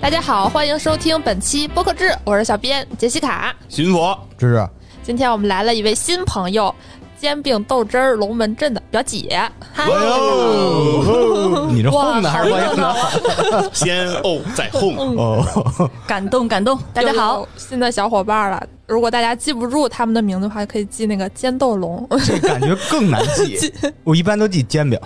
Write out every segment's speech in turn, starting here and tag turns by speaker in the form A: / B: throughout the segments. A: 大家好，欢迎收听本期播客志，我是小编杰西卡。
B: 巡佛
C: 这是
A: 今天我们来了一位新朋友，煎饼豆汁儿龙门阵的表姐。嗨，
B: 哦
C: 哦你这
A: 哇
C: 后呢还是
A: 好
C: 欢
A: 热
C: 迎
A: 闹
C: 呢？
A: 啊！
B: 先哦再哄，
C: 哦，
D: 感动感动，大家
A: 又
D: 好
A: 有，新的小伙伴了。如果大家记不住他们的名字的话，可以记那个煎豆龙。
C: 这感觉更难记。我一般都记煎饼，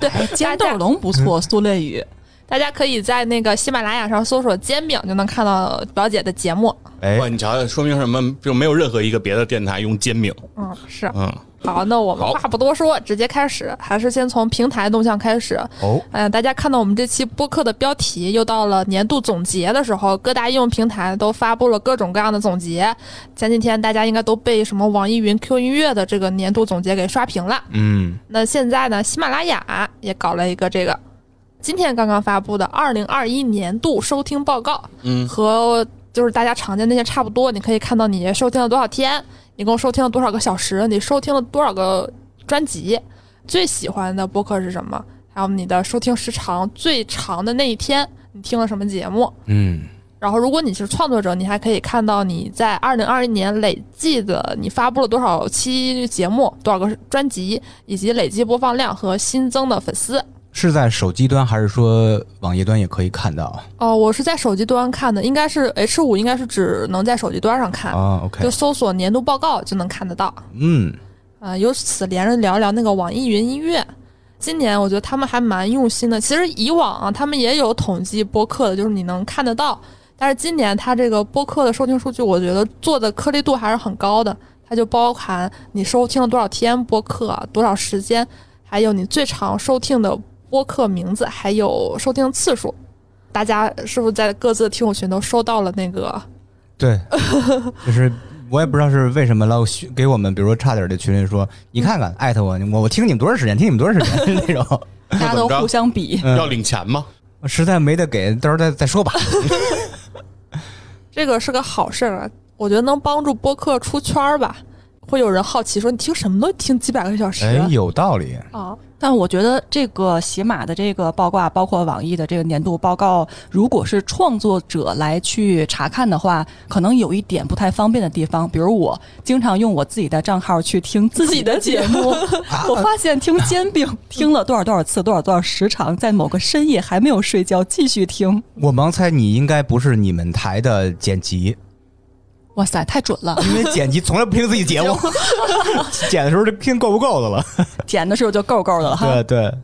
A: 对，
D: 尖豆龙不错，苏烈雨，
A: 大家可以在那个喜马拉雅上搜索“煎饼”，就能看到表姐的节目。
C: 哎
B: 哇，，你瞧瞧，说明什么？就没有任何一个别的电台用煎饼，
A: 嗯，是。
B: 嗯，
A: 好，那我们
B: 好
A: 话不多说，直接开始，还是先从平台动向开始。
C: 哦，
A: 嗯、大家看到我们这期播客的标题，又到了年度总结的时候，各大应用平台都发布了各种各样的总结。前几天大家应该都被什么网易云、Q 音乐的这个年度总结给刷屏了。
C: 嗯，
A: 那现在呢，喜马拉雅也搞了一个这个，今天刚刚发布的二零二一年度收听报告，
B: 嗯
A: 和就是大家常见那些差不多。你可以看到你收听了多少天，一共收听了多少个小时，你收听了多少个专辑，最喜欢的播客是什么，还有你的收听时长最长的那一天，你听了什么节目。
C: 嗯，
A: 然后，如果你是创作者，你还可以看到你在二零二一年累计的你发布了多少期节目、多少个专辑，以及累计播放量和新增的粉丝。
C: 是在手机端还是说网页端也可以看到？
A: 哦，我是在手机端看的，应该是 H 五，应该是只能在手机端上看，
C: 啊，OK，
A: 就搜索年度报告就能看得到。
C: 嗯，
A: 啊、由此连着聊一聊那个网易云音乐。今年我觉得他们还蛮用心的。其实以往啊，他们也有统计播客的，就是你能看得到。但是今年它这个播客的收听数据，我觉得做的颗粒度还是很高的。它就包含你收听了多少天播客，啊多少时间，还有你最常收听的播客名字，还有收听次数。大家是不是在各自的听友群都收到了那个
C: 对，就是我也不知道是为什么老许给我们，比如说差点的群里说，你看看，艾特我，我我听你们多长时间，听你们多长时间那种，
D: 大家
B: 怎
D: 都
B: 么着
D: 互相比，
C: 嗯
B: 要领钱吗？
C: 实在没得给，到时候再再说吧。
A: 这个是个好事儿啊，我觉得能帮助播客出圈儿吧。会有人好奇说：“你听什么都听几百个小时
C: 哎，有道理，
A: 啊
D: 但我觉得这个喜马的这个报告，包括网易的这个年度报告，如果是创作者来去查看的话，可能有一点不太方便的地方。比如我经常用我自己的账号去听自己的节目，我发现听煎饼听了多少多少次，多少多少时长，在某个深夜还没有睡觉继续听，
C: 我盲猜你应该不是你们台的剪辑，
D: 哇塞，太准 了！
C: 因为剪辑从来不听自 己节目，剪的时候就听够不够的了。
D: 剪的时候就够够的了哈。
C: 对 对，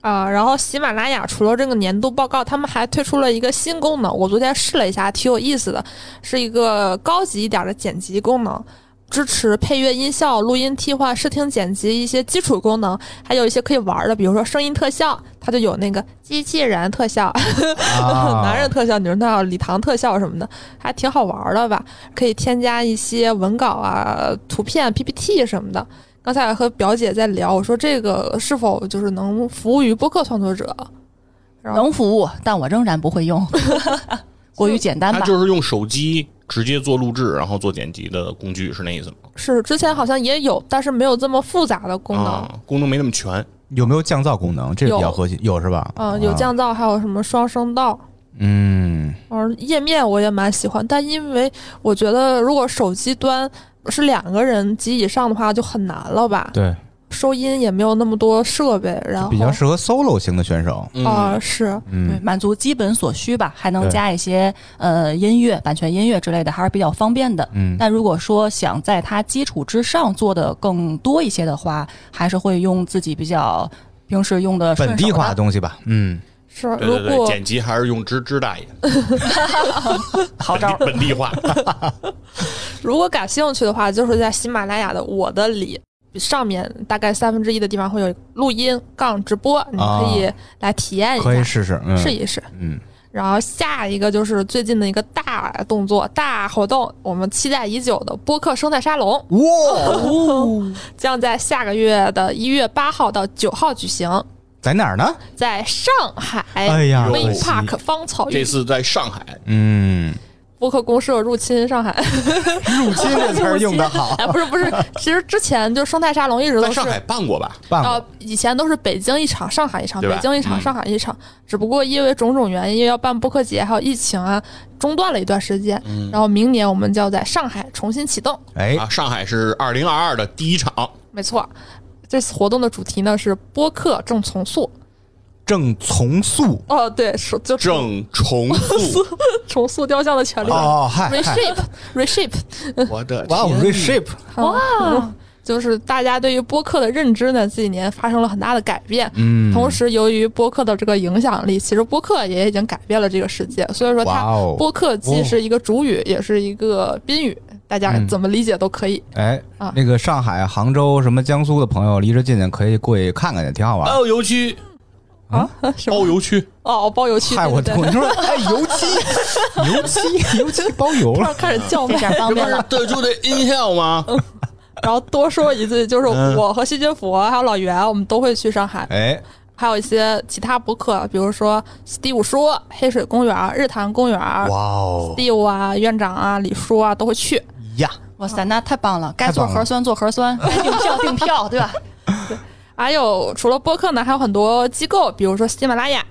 A: 啊！然后喜马拉雅除了这个年度报告，他们还推出了一个新功能，我昨天试了一下，挺有意思的，是一个高级一点的剪辑功能。支持配乐、音效、录音替换、视听剪辑一些基础功能，还有一些可以玩儿的，比如说声音特效，它就有那个机器人特效，
C: 啊
A: 男人特效、女人特效、礼堂特效什么的，还挺好玩的吧？可以添加一些文稿啊、图片、PPT 什么的。刚才和表姐在聊，我说这个是否就是能服务于播客创作者？然后
D: 能服务，但我仍然不会用，过于简单
B: 他
D: 吧。
B: 就是用手机直接做录制，然后做剪辑的工具，是那意思吗？
A: 是之前好像也有，但是没有这么复杂的功能。
C: 哦
B: 啊，功能没那么全，
C: 有没有降噪功能？这个比较核心，有是吧？
A: 嗯，有
C: 啊，
A: 降噪，还有什么双声道，
C: 嗯，
A: 嗯，页面我也蛮喜欢，但因为我觉得如果手机端是两个人及以上的话，就很难了吧？
C: 对，
A: 收音也没有那么多设备，然后
C: 比较适合 solo 型的选手。
A: 啊、
B: 嗯，
A: 是
D: 对，
C: 嗯，
D: 满足基本所需吧，还能
C: 对
D: 加一些呃音乐、版权音乐之类的，还是比较方便的。
C: 嗯
D: 但如果说想在它基础之上做的更多一些的话，还是会用自己比较平时用的顺
C: 本地
D: 手
C: 化的
D: 的。
C: 东西吧。嗯，
A: 是。
B: 对对
A: 如
B: 对，
A: 果
B: 剪辑还是用芝芝大爷，
D: 好
B: 本
D: 招
B: 地
D: 儿，
B: 本地化，
A: 如果感兴趣的话，就是在喜马拉雅的我的里上面，大概三分之一的地方会有录音杠直播，你可以来体验一下，
C: 啊可以试试。嗯，
A: 试一试。
C: 嗯，
A: 然后下一个就是最近的一个大动作、大活动，我们期待已久的播客生态沙龙
C: 哇，
A: 将在下个月的一月八号到九号举行，
C: 在哪儿呢？
A: 在上海
C: 哎呀，
B: 呦
A: Win
C: 可惜
A: Park 芳草
B: 这
A: 玉
B: 次在上海，
C: 嗯，
A: 播客公社入侵上海，
C: 入侵这词儿用的好，
A: 哎，不是不是，其实之前就生态沙龙一直都
B: 在
A: 是
B: 上海办过 吧？
C: 办
A: 呃
C: 过，
A: 以前都是北京一场，上海一场，
B: 对吧
A: 北京一场，
B: 嗯
A: 上海一场。只不过因为种种原因，要办播客节，还有疫情啊，中断了一段时间。然后明年我们就要在上海重新启动，
C: 哎，
B: 啊，上海是二零二二的第一场，
A: 没错。这次活动的主题呢是播客正重塑。
C: 正从速
A: 哦，对，是就重
B: 正重塑。
A: 重塑雕像的权利。
C: 哦，嗨，嗨
A: reshape reshape，
B: 我的
C: 哇哦
B: 天
C: ，reshape，
A: 哇，就是大家对于播客的认知呢，这几年发生了很大的改变。
C: 嗯，
A: 同时，由于播客的这个影响力，其实播客也已经改变了这个世界。所以说，它
C: 哇哦
A: 播客既是一个主语，也是一个宾语，大家
C: 嗯
A: 怎么理解都可以。
C: 哎
A: 啊，
C: 那个上海、杭州、什么江苏的朋友，离着近点可以过去看看去，挺好玩。
B: 包邮区
C: 啊，
A: 是吧
B: 包邮区，
A: 哦，包邮区，
C: 嗨，
A: 对
C: 我
A: 对
C: 我
A: 对
C: 就说，哎，油漆，油漆，油漆包邮
A: 突
C: 了
A: 然，开始叫 卖，
D: 这样方
B: 这不
D: 便
B: 是
D: 了。
B: 对就得 in hell 吗？
A: 嗯然后多说一句，就是
B: 嗯
A: 我和西君佛还有老袁，我们都会去上海，
C: 哎，
A: 还有一些其他播客，比如说 Steve 说、黑水公园、日坛公园、
C: 哇哦
A: Steve 啊、院长啊、李叔啊都会去。
C: 呀，
D: 哇塞，那太棒了！该
C: 太棒
D: 做
C: 了
D: 核酸做核酸，该订票订票，对吧？
A: 还有除了播客呢，还有很多机构，比如说喜马拉雅、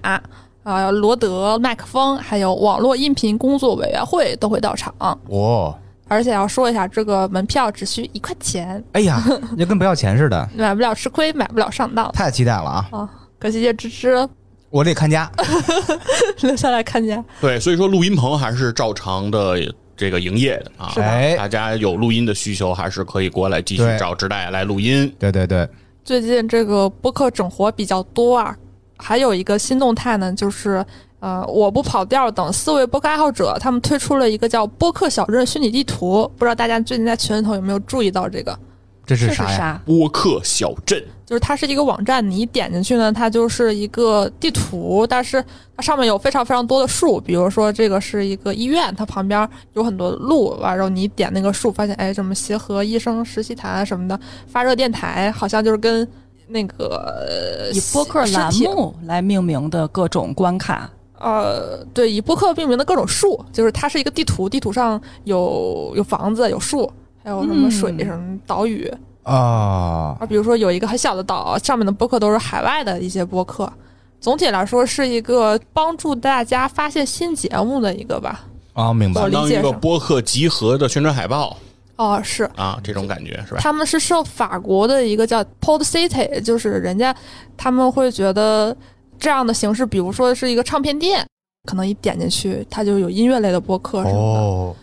A: 呃罗德、麦克风，还有网络音频工作委员会都会到场。
C: 哇，
A: 而且要说一下，这个门票只需一块钱，
C: 哎呀，那跟不要钱似的，
A: 买不了吃亏，买不了上当
C: 太期待了啊！
A: 啊！可惜叶芝芝
C: 我得看家，
A: 留下来看见，
B: 对，所以说录音棚还是照常的这个营业的啊。
C: 是的哎
B: 大家有录音的需求，还是可以过来继续
C: 对
B: 找直代来录音。
C: 对对对，
A: 最近这个播客整活比较多啊。还有一个新动态呢，就是呃，我不跑调等四位播客爱好者，他们推出了一个叫播客小镇虚拟地图，不知道大家最近在群里头有没有注意到这个？
C: 这
D: 这
C: 是
D: 是
C: 啥呀？
D: 啥？
B: 播客小镇，
A: 就是它是一个网站，你一点进去呢，它就是一个地图，但是它上面有非常非常多的树，比如说这个是一个医院，它旁边有很多路，完然后你一点那个树，发现哎，什么协和医生实习谈什么的，发热电台，好像就是跟那个
D: 以播客
A: 实
D: 栏
A: 体
D: 目来命名的各种关卡，
A: 呃，对，以播客命名的各种树，就是它是一个地图，地图上有有房子，有树。还有什么水、
D: 嗯
A: 什么岛屿
C: 哦，
A: 啊，比如说有一个很小的岛，上面的播客都是海外的一些播客。总体来说是一个帮助大家发现新节目的一个吧。
C: 哦，明白
A: 我
B: 相
A: 理，
B: 当于
A: 解
B: 一个
A: 是
B: 播客集合的宣传海报
A: 哦，是，
B: 啊，这种感觉是吧？
A: 他们是受法国的一个叫 Pod City，就是人家他们会觉得这样的形式，比如说是一个唱片店，可能一点进去它就有音乐类的播客什么的。
C: 哦，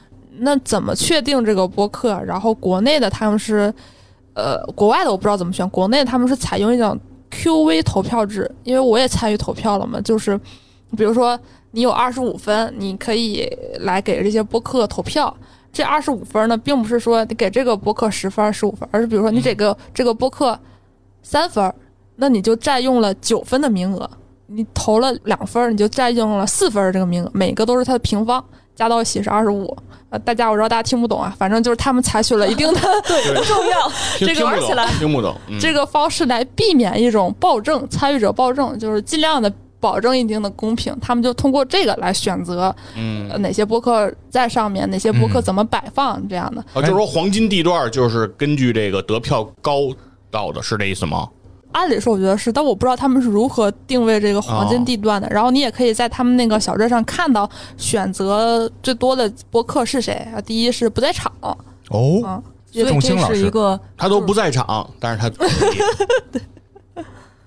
A: 那怎么确定这个播客？然后国内的他们是，呃，国外的我不知道怎么选，国内他们是采用一种 QV 投票制，因为我也参与投票了嘛，就是比如说你有二十五分，你可以来给这些播客投票。这二十五分呢，并不是说你给这个播客十分、十五分，而是比如说你给个、这个播客三分，那你就占用了九分的名额；你投了两分，你就占用了四分这个名额，每个都是它的平方，加到一起是二十五。呃，大家我知道大家听不懂啊，反正就是他们采取了一定的
B: 对，
A: 重要
B: 听
A: 这个
B: 听不
A: 玩起来
B: 懂，听不懂。嗯
A: 这个方式来避免一种暴政，参与者暴政，就是尽量的保证一定的公平。他们就通过这个来选择
B: 嗯
A: 呃哪些播客在上面，哪些播客
C: 嗯
A: 怎么摆放这样的。
B: 啊，就是说黄金地段就是根据这个得票高到的，是这意思吗？
A: 按理说我觉得是，但我不知道他们是如何定位这个黄
C: 哦
A: 金地段的。然后你也可以在他们那个小镇上看到选择最多的播客是谁啊？第一是不在场，
C: 哦，
A: 嗯，
D: 所以
C: 仲青
D: 这
C: 老
D: 是
C: 师
D: 一个，
B: 他都不在场，但是他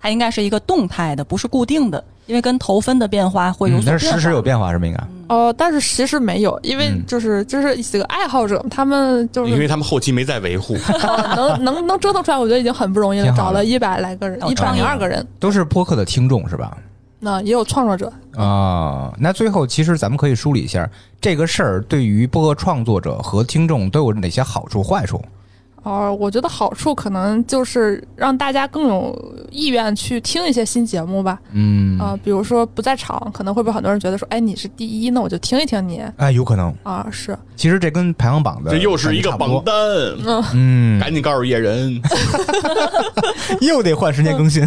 D: 它应该是一个动态的，不是固定的，因为跟投分的变化会
C: 嗯
D: 有所
C: 但
D: 变
C: 是
D: 化。
C: 实时有变化是不是应该？
A: 呃，但是其实没有，因为
C: 嗯
A: 就是就是几个爱好者，他们就是
B: 因为他们后期没在维 护，
A: 啊能能能折腾出来，我觉得已经很不容易了。
C: 挺好的
A: 找了一百来个人，
D: 找
A: 一百
D: 创
A: 零
D: 意
A: 二个人，
C: 都是播客的听众是吧？
A: 那也有创作者。
C: 啊、那最后其实咱们可以梳理一下这个事儿对于播客创作者和听众都有哪些好处、坏处？
A: 哦、我觉得好处可能就是让大家更有意愿去听一些新节目吧。
C: 嗯，
A: 啊、比如说不在场，可能会不会很多人觉得说，哎，你是第一，那我就听一听你
C: 哎，有可能，
A: 啊、是
C: 其实这跟排行榜的
B: 这又是一个
C: 感觉差不
B: 榜
C: 多，
B: 单，
C: 嗯，
B: 赶紧告诉野人，
C: 又得换时间更新，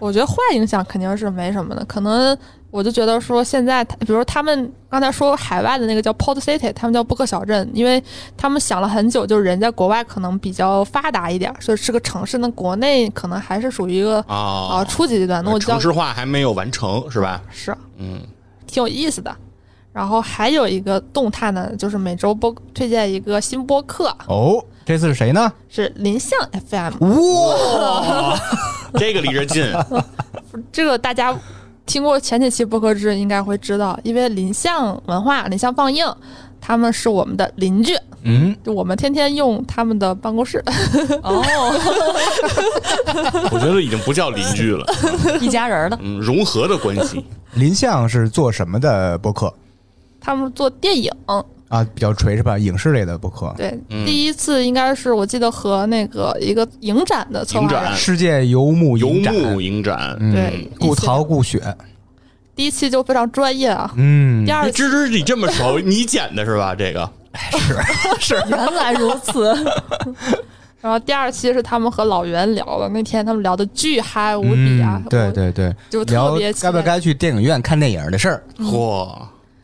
A: 我觉得坏影响肯定是没什么的，可能我就觉得说现在他，比如他们刚才说海外的那个叫 Pod City，他们叫播客小镇，因为他们想了很久，就是人在国外可能比较发达一点，所以是个城市，那国内可能还是属于一个啊、
B: 啊
A: 初级阶段。那我叫
B: 城市化还没有完成是吧？
A: 是
B: 嗯，
A: 挺有意思的。然后还有一个动态呢，就是每周播推荐一个新播客，
C: 哦，这次是谁呢？
A: 是林相 FM，
B: 哇，这个离着 近，
A: 这个大家听过前几期播客制应该会知道，因为林相文化、林相放映，他们是我们的邻居，
C: 嗯，
A: 就我们天天用他们的办公 室。
D: 哦，
B: 我觉得已经不叫邻居了，
D: 一家人儿了。
B: 嗯，融合的关系。
C: 林相是做什么的播客
A: 他们做电影，
C: 啊？比较垂是吧？影视类的播客。
A: 对，
B: 嗯
A: 第一次应该是我记得和那个一个影展的策划
B: 影展
A: 人，
C: 世界游牧
B: 游
C: 影展，
B: 牧影展，
C: 嗯
A: 对，
C: 顾陶顾雪，
A: 第一期就非常专业啊。
C: 嗯
A: 第，二
B: 你
A: 期
B: 芝芝你这么熟， 你剪的是吧？这个
D: 原来如此，
A: 然后第二期是他们和老袁聊的，那天他们聊的巨嗨无比啊！
C: 嗯
A: 我
C: 对，对对，
A: 就特
C: 聊
A: 别期
C: 该不
A: 待
C: 该去电影院看电影的事儿。
A: 嗯
B: 嚯，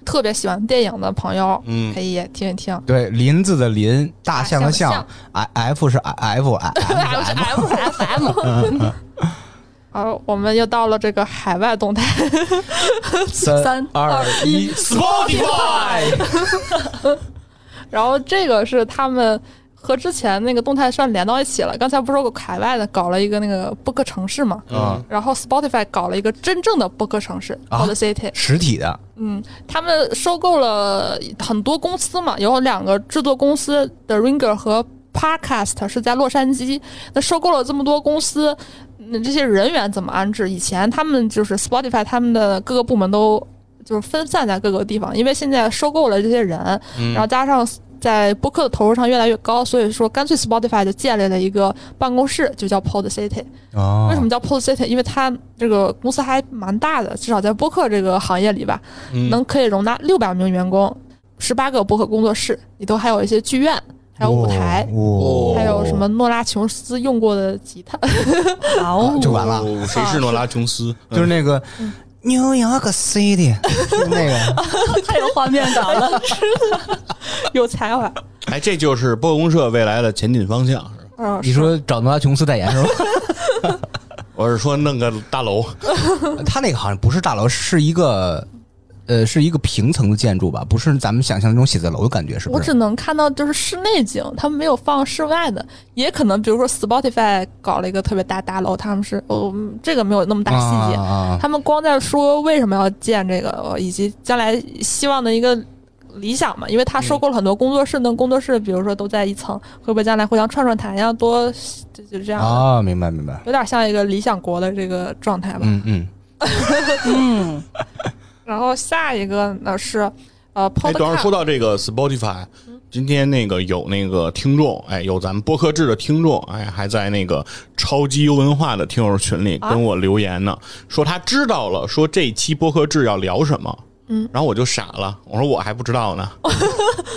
A: 特别喜欢电影的朋友，
B: 嗯
A: 可以听一听。
C: 对，林字的林，大象的象
A: 大
C: ，I F 是哎 F F，
A: F F F M。好，我们又到了这个海外动态，
C: 三
D: 三
C: 二一
B: Spotify
A: 然后这个是他们和之前那个动态算连到一起了。刚才不是说海外的搞了一个那个播客城市嘛，
B: 啊，
A: 然后 Spotify 搞了一个真正的播客城市 p
C: 啊
A: o d City，、
C: 实体的，
A: 嗯，他们收购了很多公司嘛，有两个制作公司的 Ringer 和 Podcast 是在洛杉矶。那收购了这么多公司，那这些人员怎么安置？以前他们就是 Spotify，他们的各个部门都就是分散在各个地方，因为现在收购了这些人，
B: 嗯
A: 然后加上。在播客的投入上越来越高，所以说干脆 Spotify 就建立了一个办公室，就叫 Pod City。
B: 啊
C: 哦
A: 为什么叫 Pod City？因为它这个公司还蛮大的，至少在播客这个行业里吧，
B: 嗯
A: 能可以容纳六百名员工，十八个播客工作室，里头还有一些剧院，还有舞台，
C: 哦
B: 哦
A: 还有什么诺拉琼斯用过的吉他，
D: 好、
C: 就完了，
B: 哦谁是诺拉琼斯？嗯
C: 就是那个
A: 嗯
C: New York City，就是 那个
D: 太有画面感了。
A: 有才华。
B: 哎，这就是播客公社未来的前进方向。是吧
A: 嗯，
C: 你说找诺拉琼斯代言是吧？
B: 我是说弄个大楼，
C: 他那个好像不是大楼，是一个呃是一个平层的建筑吧？不是咱们想象中写字楼的感觉，是
A: 我
C: 不
A: 只
C: 是？
A: 能看到就是室内景，他们没有放室外的，也可能比如说 Spotify 搞了一个特别大大楼，他们是哦，嗯这个没有那么大细节，
C: 啊啊
B: 嗯
C: 啊
A: 他们光在说为什么要建这个，呃以及将来希望的一个理想嘛。因为他收购了很多工作室，那工作室比如说都在一层，会不会将来互相串串台呀？多就就这样，
C: 啊，明白明白，
A: 有点像一个理想国的这个状态吧。
C: 嗯嗯，
D: 嗯，
A: 然后下一个呢是呃
B: 哎，等会儿
A: ，Podcast，、
B: 说到这个 Spotify，今
A: 嗯
B: 天那个有那个听众，哎，有咱们播客制的听众，哎，还在那个超级优文化的听友群里
A: 啊
B: 跟我留言呢，
A: 嗯
B: 说他知道了，说这期播客制要聊什么。
A: 嗯，哦
B: 然后我就傻了，我说我还不知道呢。然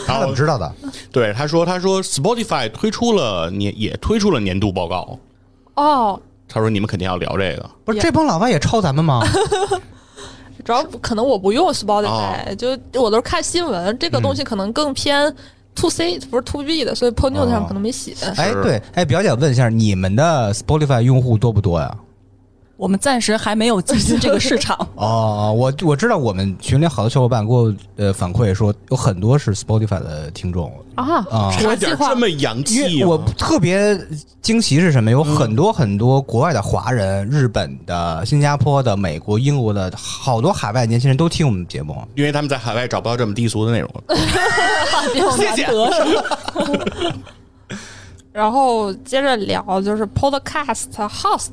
C: 他怎
B: 后
C: 么知道的？
B: 对他说，他说 Spotify 推出了年也推出了年度报告，
A: 哦，
B: 他说你们肯定要聊这个。
C: 不是这帮老外也抄咱们吗？
A: 主要可能我不用 Spotify，、就
B: 哦
A: 我都是看新闻，这个东西可能更偏 to C 不是 to B 的，所以 p o d News
B: 哦
A: 上可能没写。
C: 哎，
B: 是
C: 对，哎，表姐问一下，你们的 Spotify 用户多不多呀？
D: 我们暂时还没有进军这个市场。
C: 哦，我我知道我们群里好多小伙伴给我呃反馈说，有很多是 Spotify 的听众
A: 啊，
C: 啊。
A: 是
B: 差点
A: 国际化
B: 这么洋
C: 因
B: 气啊
C: 为
B: 吗，
C: 我特别惊奇是什么？有很多很多国外的华人、日本的、新加坡的、美国、英国的，好多海外年轻人都听我们节目。
B: 因为他们在海外找不到这么低俗的内容。
D: 比较难得是吧？
A: 然后接着聊就是 Podcast Host，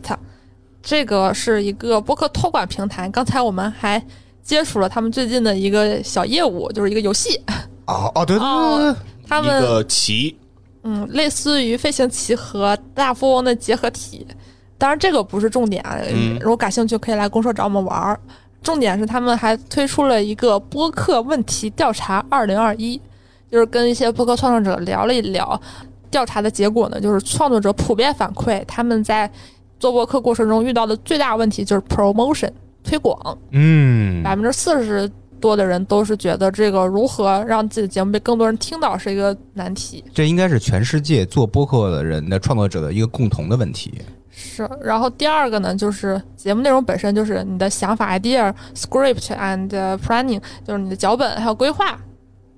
A: 这个是一个播客托管平台。刚才我们还接触了他们最近的一个小业务，就是一个游戏。
C: 哦哦，对
A: 哦，他
B: 一
A: 们
B: 个棋，
A: 嗯，类似于飞行棋和大富翁的结合体。当然，这个不是重点啊。
B: 嗯
A: 如果感兴趣，可以来公社找我们玩儿。重点是他们还推出了一个播客问题调查二零二一，就是跟一些播客创作者聊了一聊。调查的结果呢，就是创作者普遍反馈，他们在做播客过程中遇到的最大问题就是 promotion 推推广，
B: 嗯
A: 百分之四十多的人都是觉得这个如何让自己的节目被更多人听到是一个难题。
C: 这应该是全世界做播客的人的创作者的一个共同的问题。
A: 是，然后第二个呢，就是节目内容本身就是你的想法、idea、script and planning，就是你的脚本还有规划。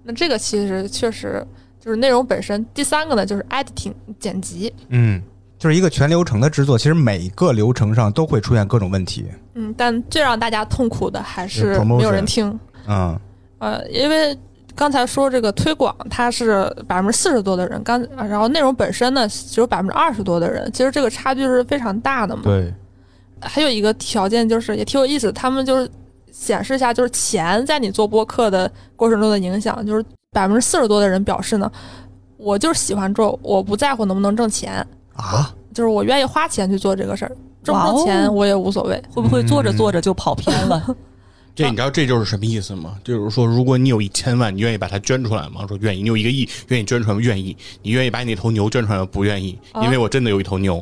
A: 那这个其实确实就是内容本身。第三个呢，就是 editing 剪辑。
C: 嗯，就是一个全流程的制作，其实每一个流程上都会出现各种问题。
A: 嗯，但最让大家痛苦的还
C: 是
A: 是
C: promotion
A: 没有人听。
C: 嗯
A: 呃，因为刚才说这个推广，它是百分之四十多的人，刚然后内容本身呢只有百分之二十多的人，其实这个差距是非常大的嘛。
C: 对，
A: 还有一个条件就是也挺有意思，他们就是显示一下，就是钱在你做播客的过程中的影响，就是百分之四十多的人表示呢，我就是喜欢做，我不在乎能不能挣钱，
C: 啊，
A: 就是我愿意花钱去做这个事儿，挣不
D: 哇
A: 挣
D: 哦
A: 钱我也无所谓。
D: 会不会做着做着就跑偏了？
B: 这你知道这就是什么意思吗？就是说，如果你有一千万，你愿意把它捐出来吗？说愿意。你有一个亿，愿意捐出来吗？愿意。你愿意把你那头牛捐出来吗？不愿意，因为我真的有一头牛。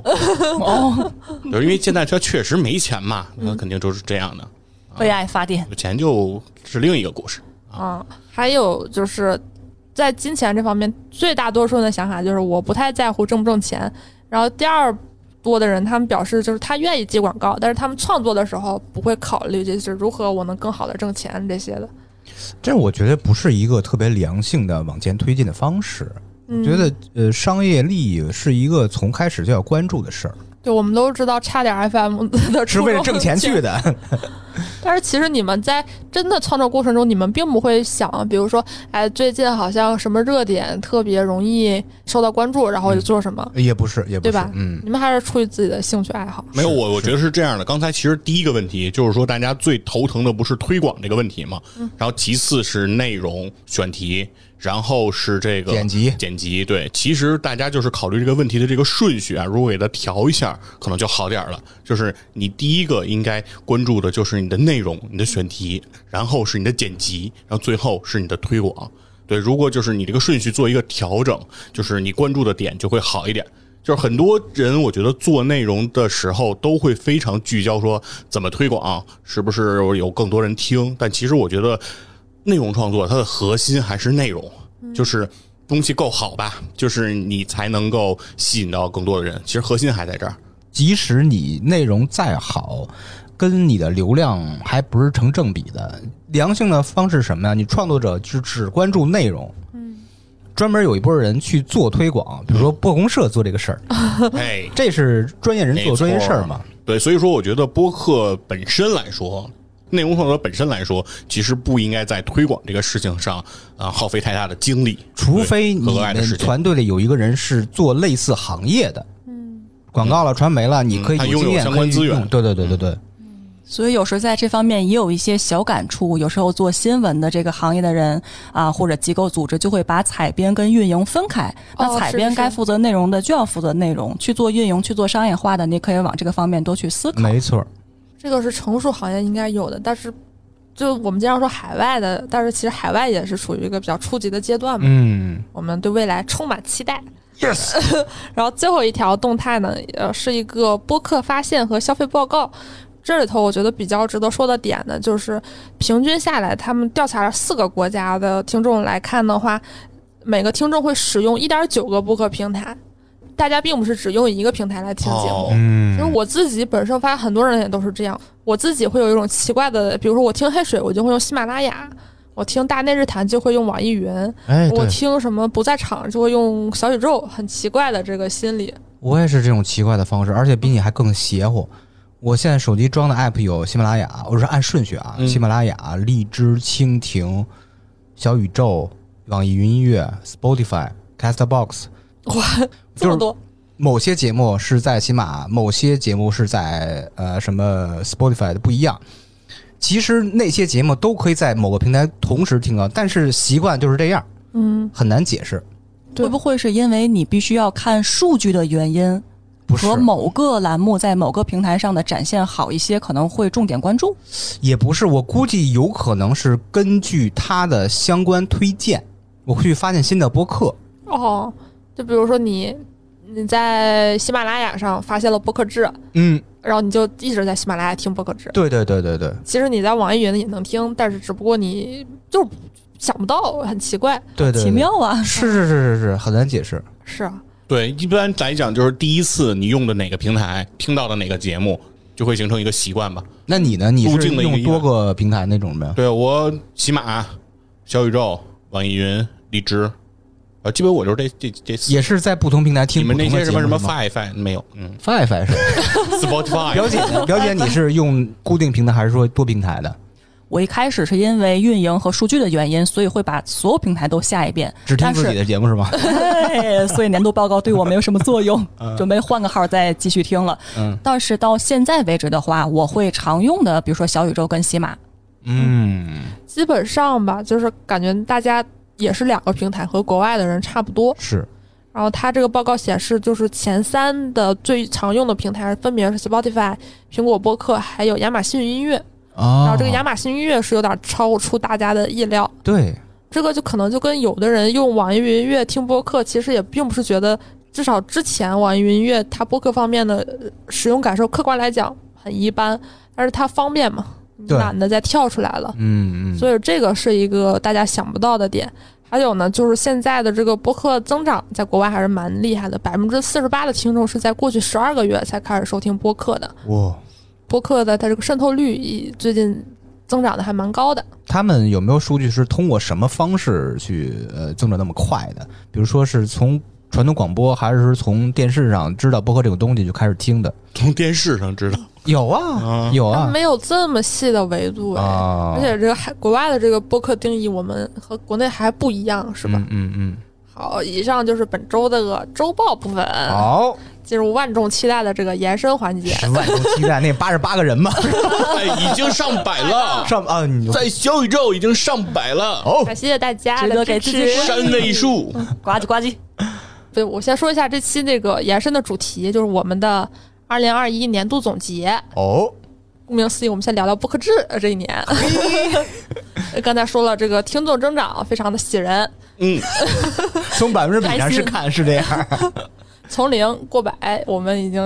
D: 哦，
B: 就是因为现在他确实没钱嘛，那肯定就是这样的。
D: 为爱发电。
B: 有钱就是另一个故事。
A: 啊，还有就是在金钱这方面，最大多数人的想法就是我不太在乎挣不挣钱。然后第二多的人，他们表示就是他愿意接广告，但是他们创作的时候不会考虑就是如何我能更好的挣钱这些的。
C: 这我觉得不是一个特别良性的往前推进的方式。我
A: 嗯，
C: 觉得呃，商业利益是一个从开始就要关注的事儿，
A: 对，我们都知道差点 FM 的
C: 是为了挣钱去
A: 的。
C: 的。
A: 但是其实你们在真的创作过程中，你们并不会想，比如说，哎，最近好像什么热点特别容易受到关注，然后我就做什么。
C: 也不是，也嗯不是，
A: 对吧
C: 嗯，
A: 你们还是出于自己的兴趣爱好。
B: 没有，我我觉得是这样的。刚才其实第一个问题就是说，大家最头疼的不是推广这个问题嘛？然后其次是内容选题，然后是这个
C: 剪辑
B: 剪辑。对，其实大家就是考虑这个问题的这个顺序啊，如果给它调一下，可能就好点儿了。就是你第一个应该关注的就是你的内容、你的选题，然后是你的剪辑，然后最后是你的推广。对，如果就是你这个顺序做一个调整，就是你关注的点就会好一点。就是很多人，我觉得做内容的时候都会非常聚焦说怎么推广，是不是有更多人听？但其实我觉得内容创作它的核心还是内容，就是东西够好吧，就是你才能够吸引到更多的人。其实核心还在这儿。
C: 即使你内容再好，跟你的流量还不是成正比的。良性的方式是什么呀？你创作者就只关注内容，
A: 嗯，
C: 专门有一波人去做推广，比如说播红社做这个事儿，
A: 哦
B: 哎，
C: 这是专业人做专业事儿嘛。
B: 对，所以说我觉得播客本身来说，内容创作者本身来说，其实不应该在推广这个事情上啊、耗费太大的精力，
C: 除非你
B: 对和爱的
C: 们
B: 事情。
C: 团队里有一个人是做类似行业的，
A: 嗯
C: 广告了、传媒了，你可以
B: 嗯他
C: 有
B: 拥有
C: 经验，
B: 相关
C: 可以
B: 资源
C: 用对对对对对，
A: 嗯
D: 所以有时候在这方面也有一些小感触。有时候做新闻的这个行业的人啊，或者机构组织就会把采编跟运营分开。
C: 哦
D: 那采
A: 是
D: 编
A: 是
D: 该负责内容的就要负责内容，去做运营、去做商业化的，你可以往这个方面多去思考。
C: 没错。
A: 这个是成熟行业应该有的，但是就我们经常说海外的，但是其实海外也是处于一个比较初级的阶段嘛。
C: 嗯
A: 我们对未来充满期待。
C: ，yes，
A: 然后最后一条动态呢，呃，是一个播客发现和消费报告。这里头我觉得比较值得说的点呢，就是平均下来，他们调查了四个国家的听众来看的话，每个听众会使用一点九个播客平台。大家并不是只用一个平台来听节目，
B: 哦
C: 嗯
A: 其实我自己本身发现很多人也都是这样，我自己会有一种奇怪的，比如说我听黑水，我就会用喜马拉雅；我听大内日谈就会用网易云；
C: 哎，
A: 我
C: 对，
A: 听什么不在场就会用小宇宙，很奇怪的这个心理。
C: 我也是这种奇怪的方式，而且比你还更邪乎。我现在手机装的 app 有喜马拉雅，我是按顺序啊，
B: 嗯
C: 喜马拉雅、荔枝、蜻蜓、小宇宙、网易云音乐、Spotify、Castbox。
A: 这么多，
C: 某些节目是在喜马，某些节目是在呃什么 Spotify 的不一样。其实那些节目都可以在某个平台同时听到，啊但是习惯就是这样，
A: 嗯，
C: 很难解释。
A: 对
D: 会不会是因为你必须要看数据的原因，
C: 不是
D: 和，某个栏目在某个平台上的展现好一些，可能会重点关注？
C: 也不是，我估计有可能是根据它的相关推荐，我会去发现新的播客。
A: 哦，就比如说你你在喜马拉雅上发现了播客制，
C: 嗯，
A: 然后你就一直在喜马拉雅听播客制。
C: 对对对对对
A: 其实你在网易云也能听，但是只不过你就想不到，很奇怪。
C: 对对，
D: 奇妙啊
C: 对，！是是是是是，很难解释。
A: 是啊，
B: 对，一般来讲就是第一次你用的哪个平台，听到的哪个节目，就会形成一个习惯吧。
C: 那你呢？你
B: 路
C: 是
B: 径的一个
C: 用
B: 一样
C: 多个平台那种没有？
B: 对我喜马、啊小宇宙、网易云、荔枝，啊，基本我就是这这这四。
C: 也是在不同平台听
B: 你们
C: 不
B: 那
C: 同
B: 些
C: 的节
B: 什
C: 目
B: 么什么
C: 是吗
B: Fi 没有， 嗯
C: Fi Fi 是
B: ，Spotify
C: 表姐呢表姐，你是用固定平台还是说多平台的？
D: 我一开始是因为运营和数据的原因，所以会把所有平台都下一遍，
C: 只听
D: 但
C: 自己
D: 是
C: 的节目是吗？
D: 对， 所以年度报告对我没有什么作用，
E: 嗯
D: 准备换个号再继续听了。
C: 嗯
D: 但是到现在为止的话，我会常用的，比如说小宇宙跟喜马，
C: 嗯，
A: 基本上吧，就是感觉大家也是两个平台，和国外的人差不多。
C: 是
A: 然后它这个报告显示，就是前三的最常用的平台分别是 Spotify、苹果播客，还有亚马逊音乐。
C: 哦。
A: 然后这个亚马逊音乐是有点超出大家的意料。
C: 对
A: 这个就可能就跟有的人用网易云音乐听播客，其实也并不是觉得，至少之前网易云音乐它播客方面的呃使用感受，客观来讲很一般，但是它方便嘛，你
C: 对
A: 懒得再跳出来了，
C: 嗯嗯，
A: 所以这个是一个大家想不到的点。还有呢，就是现在的这个播客增长，在国外还是蛮厉害的，百分之四十八的听众是在过去十二个月才开始收听播客的，
C: 哇，
A: 播客的它这个渗透率也最近增长的还蛮高的。
C: 他们有没有数据是通过什么方式去呃增长那么快的？比如说是从传统广播，还是说从电视上知道播客这种东西就开始听的？
B: 从电视上知道，
C: 有 啊，有
A: 它
C: 啊
A: 没有这么细的维度哎
C: 啊，
A: 而且这个还国外的这个播客定义，我们和国内还不一样，是吧？
C: 嗯嗯嗯，
A: 好，以上就是本周的周报部分，
C: 好，
A: 进入万众期待的这个延伸环节。
C: 十万种期待那八十八个人 嘛，
B: 哎，已经上百 了，
C: 上啊，你
B: 在小宇宙已经上百了，
C: 哦
A: 感谢大家
D: 值得
A: 的
D: 给
A: 支
D: 自己
A: 持。
D: 鼓
B: 三位 数，
D: 呱唧呱唧，
A: 对，我先说一下这期那个延伸的主题，就是我们的二零二一年度总结。
C: 哦，
A: 顾名思义，我们先聊聊播客制呃这一年。刚才说了，这个听众增长非常的喜人，
B: 嗯，
C: 从百分之比上
A: 开
C: 是
A: 心
C: 看是这样，
A: 从零过百，我们已经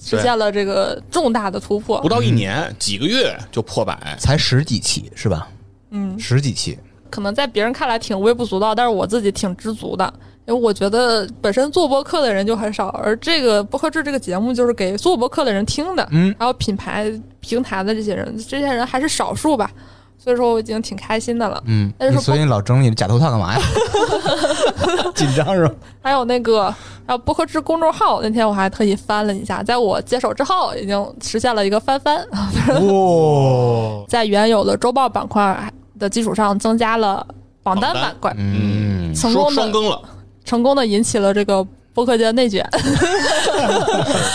A: 实现了这个重大的突破
B: 不。到一年几个月就破百，
C: 才十几期是吧？
A: 嗯，
C: 十几期，
A: 可能在别人看来挺微不足道，但是我自己挺知足的，因为我觉得本身做播客的人就很少，而这个播客制这个节目就是给做播客的人听的，
C: 嗯，
A: 还有品牌平台的这些人，这些人还是少数吧，所以说我已经挺开心的了。
C: 嗯，
A: 但是
C: 你
A: 说
C: 所以你老整理假头套干嘛呀？ 紧张是吧？
A: 还有那个还有播客制公众号，那天我还特意翻了一下，在我接手之后已经实现了一个翻番，
C: 哦，
A: 在原有的周报板块的基础上增加了榜单
B: 榜单
A: 板块，
C: 嗯，
A: 成
B: 说
A: 功
B: 双
A: 的
B: 更了，
A: 成功的引起了这个播客界的内卷。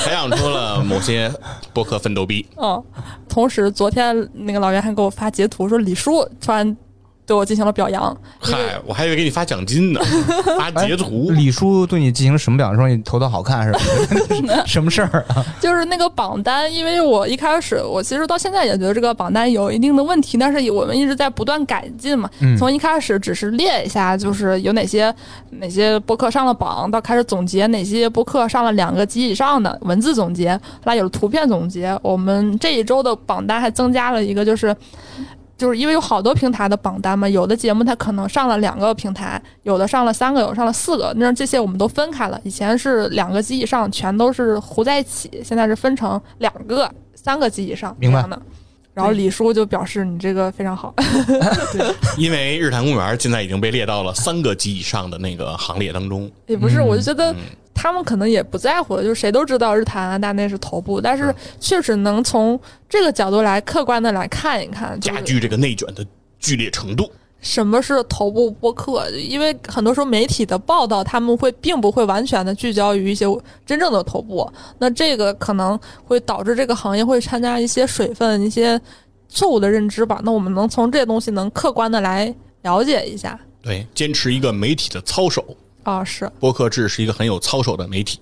B: 培养出了某些播客奋斗逼，
A: 嗯，同时昨天那个老袁还给我发截图，说李叔突然对我进行了表扬，
B: 嗨，我还以为给你发奖金呢，发截图，
C: 哎李叔对你进行什么表扬？说你头套好看是 吧？什么事儿啊？
A: 就是那个榜单，因为我一开始我其实到现在也觉得这个榜单有一定的问题，但是我们一直在不断改进嘛。
C: 嗯
A: 从一开始只是列一下，就是有哪些哪些播客上了榜，到开始总结哪些播客上了两个及以上的文字总结，后来有了图片总结。我们这一周的榜单还增加了一个，就是。就是因为有好多平台的榜单嘛，有的节目它可能上了两个平台，有的上了三个，有的上了四个，那这些我们都分开了。以前是两个及以上全都是糊在一起，现在是分成两个、三个及以上
C: 明白
A: 这样的。然后李叔就表示你这个非常好，
B: 因为日坛公园现在已经被列到了三个级以上的那个行列当中，
A: 也不是，
C: 嗯
A: 我就觉得他们可能也不在乎，就是谁都知道日坛啊、大内是头部，但是确实能从这个角度来客观的来看一看，就
B: 加
A: 是
B: 剧这个内卷的剧烈程度。
A: 什么是头部播客？因为很多时候媒体的报道，他们会并不会完全的聚焦于一些真正的头部，那这个可能会导致这个行业会掺加一些水分、一些错误的认知吧。那我们能从这东西能客观的来了解一下
B: 对，坚持一个媒体的操守，
A: 啊，是
B: 播客制是一个很有操守的媒体。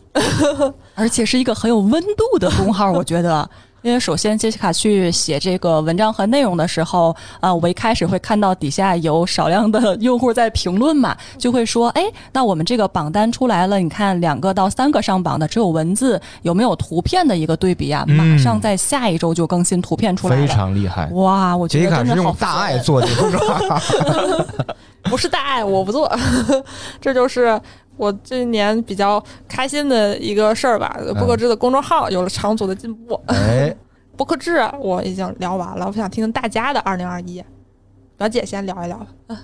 D: 而且是一个很有温度的公号，我觉得。因为首先杰西卡去写这个文章和内容的时候，啊、我一开始会看到底下有少量的用户在评论嘛，就会说，哎，那我们这个榜单出来了，你看两个到三个上榜的，只有文字，有没有图片的一个对比啊？马上在下一周就更新图片出来了，
E: 嗯非常厉害。
D: 哇，我觉
C: 哎杰西
D: 得
C: 卡
D: 真
C: 是
D: 的好啊
C: 用
D: 烦
C: 大爱做的，是 吧？
A: 不是大爱，我不做， 这就是我这一年比较开心的一个事儿吧。播客制的公众号有了长足的进步，
C: 哎，
A: 播客制我已经聊完了，我想听听大家的二零二一。表姐先聊一 聊吧，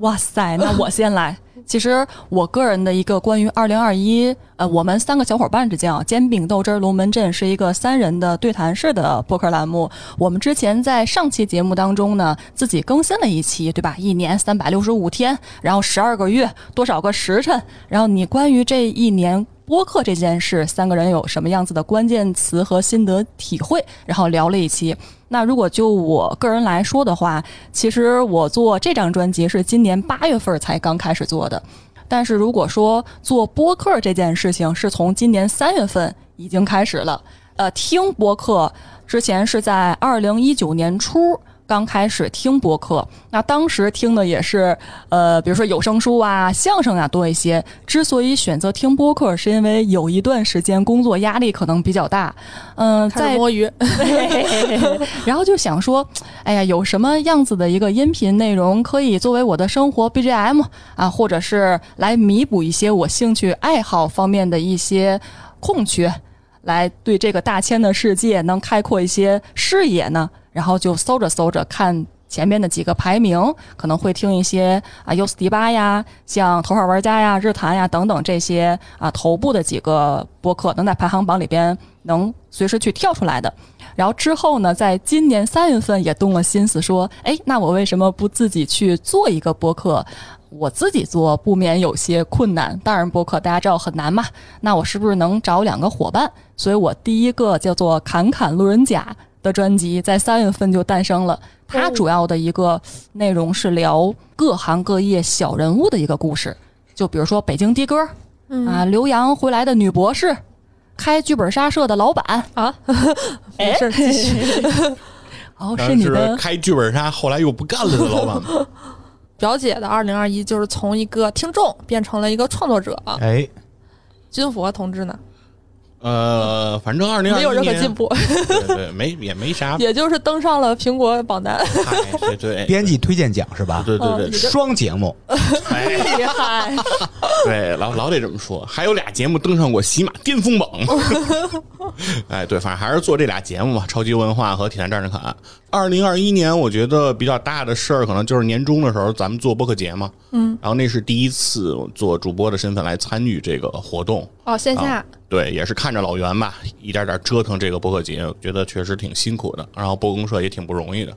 D: 哇塞，那我先来。 其实我个人的一个关于二零二一，呃，我们三个小伙伴之间啊，煎饼豆汁儿龙门阵是一个三人的对谈式的播客栏目。我们之前在上期节目当中呢，自己更新了一期，对吧？一年三百六十五天，然后十二个月，多少个时辰？然后你关于这一年播客这件事，三个人有什么样子的关键词和心得体会？然后聊了一期。那如果就我个人来说的话，其实我做这张专辑是今年八月份才刚开始做的，但是如果说做播客这件事情，是从今年三月份已经开始了。呃，听播客之前是在二零一九年初。刚开始听播客，那当时听的也是，呃，比如说有声书啊、相声啊多一些。之所以选择听播客，是因为有一段时间工作压力可能比较大，嗯、
A: 开始
D: 在
A: 摸鱼。
D: 对，然后就想说，哎呀，有什么样子的一个音频内容可以作为我的生活 BGM 啊，或者是来弥补一些我兴趣爱好方面的一些空缺，来对这个大千的世界能开阔一些视野呢？然后就搜着搜着看。前面的几个排名可能会听一些啊，优斯迪吧呀，像头号玩家呀、日坛呀等等这些啊头部的几个播客，能在排行榜里边能随时去跳出来的。然后之后呢，在今年三月份也动了心思，说，哎，那我为什么不自己去做一个播客？我自己做不免有些困难，当然播客大家知道很难嘛。那我是不是能找两个伙伴？所以我第一个叫做《侃侃路人甲》的专辑，在三月份就诞生了。它主要的一个内容是聊各行各业小人物的一个故事，就比如说北京的哥儿
A: 嗯
D: 啊，刘洋回来的女博士，开剧本杀社的老板，
A: 啊，没事儿，继续。
D: 哦，
B: 然
D: 是
B: 后
D: 你
B: 是
D: 的
B: 开剧本杀，后来又不干了的老板嘛。
A: 表姐的二零二一就是从一个听众变成了一个创作者。
E: 哎，
A: 军佛同志呢，
B: 呃，反正二零二
A: 没有任何
B: 年啊
A: 进，步，
B: 对对，没也没啥
A: 也就是登上了苹果榜单。
B: 太对对
C: 编辑哦推荐奖是吧？
B: 对对对，
C: 双节目，
D: 哦
B: 哎，
D: 厉害。
B: 对，老老得这么说。还有俩节目登上过喜马巅峰榜。哎，对，反正还是做这俩节目嘛，《超级文化》和《铁蛋战士卡》。二零二一年，我觉得比较大的事儿，可能就是年终的时候，咱们做播客节嘛。嗯，然后那是第一次做主播的身份来参与这个活动。
A: 哦，线下
B: 啊对，也是看着老袁吧，一点点折腾这个播客节，觉得确实挺辛苦的。然后播公社也挺不容易的。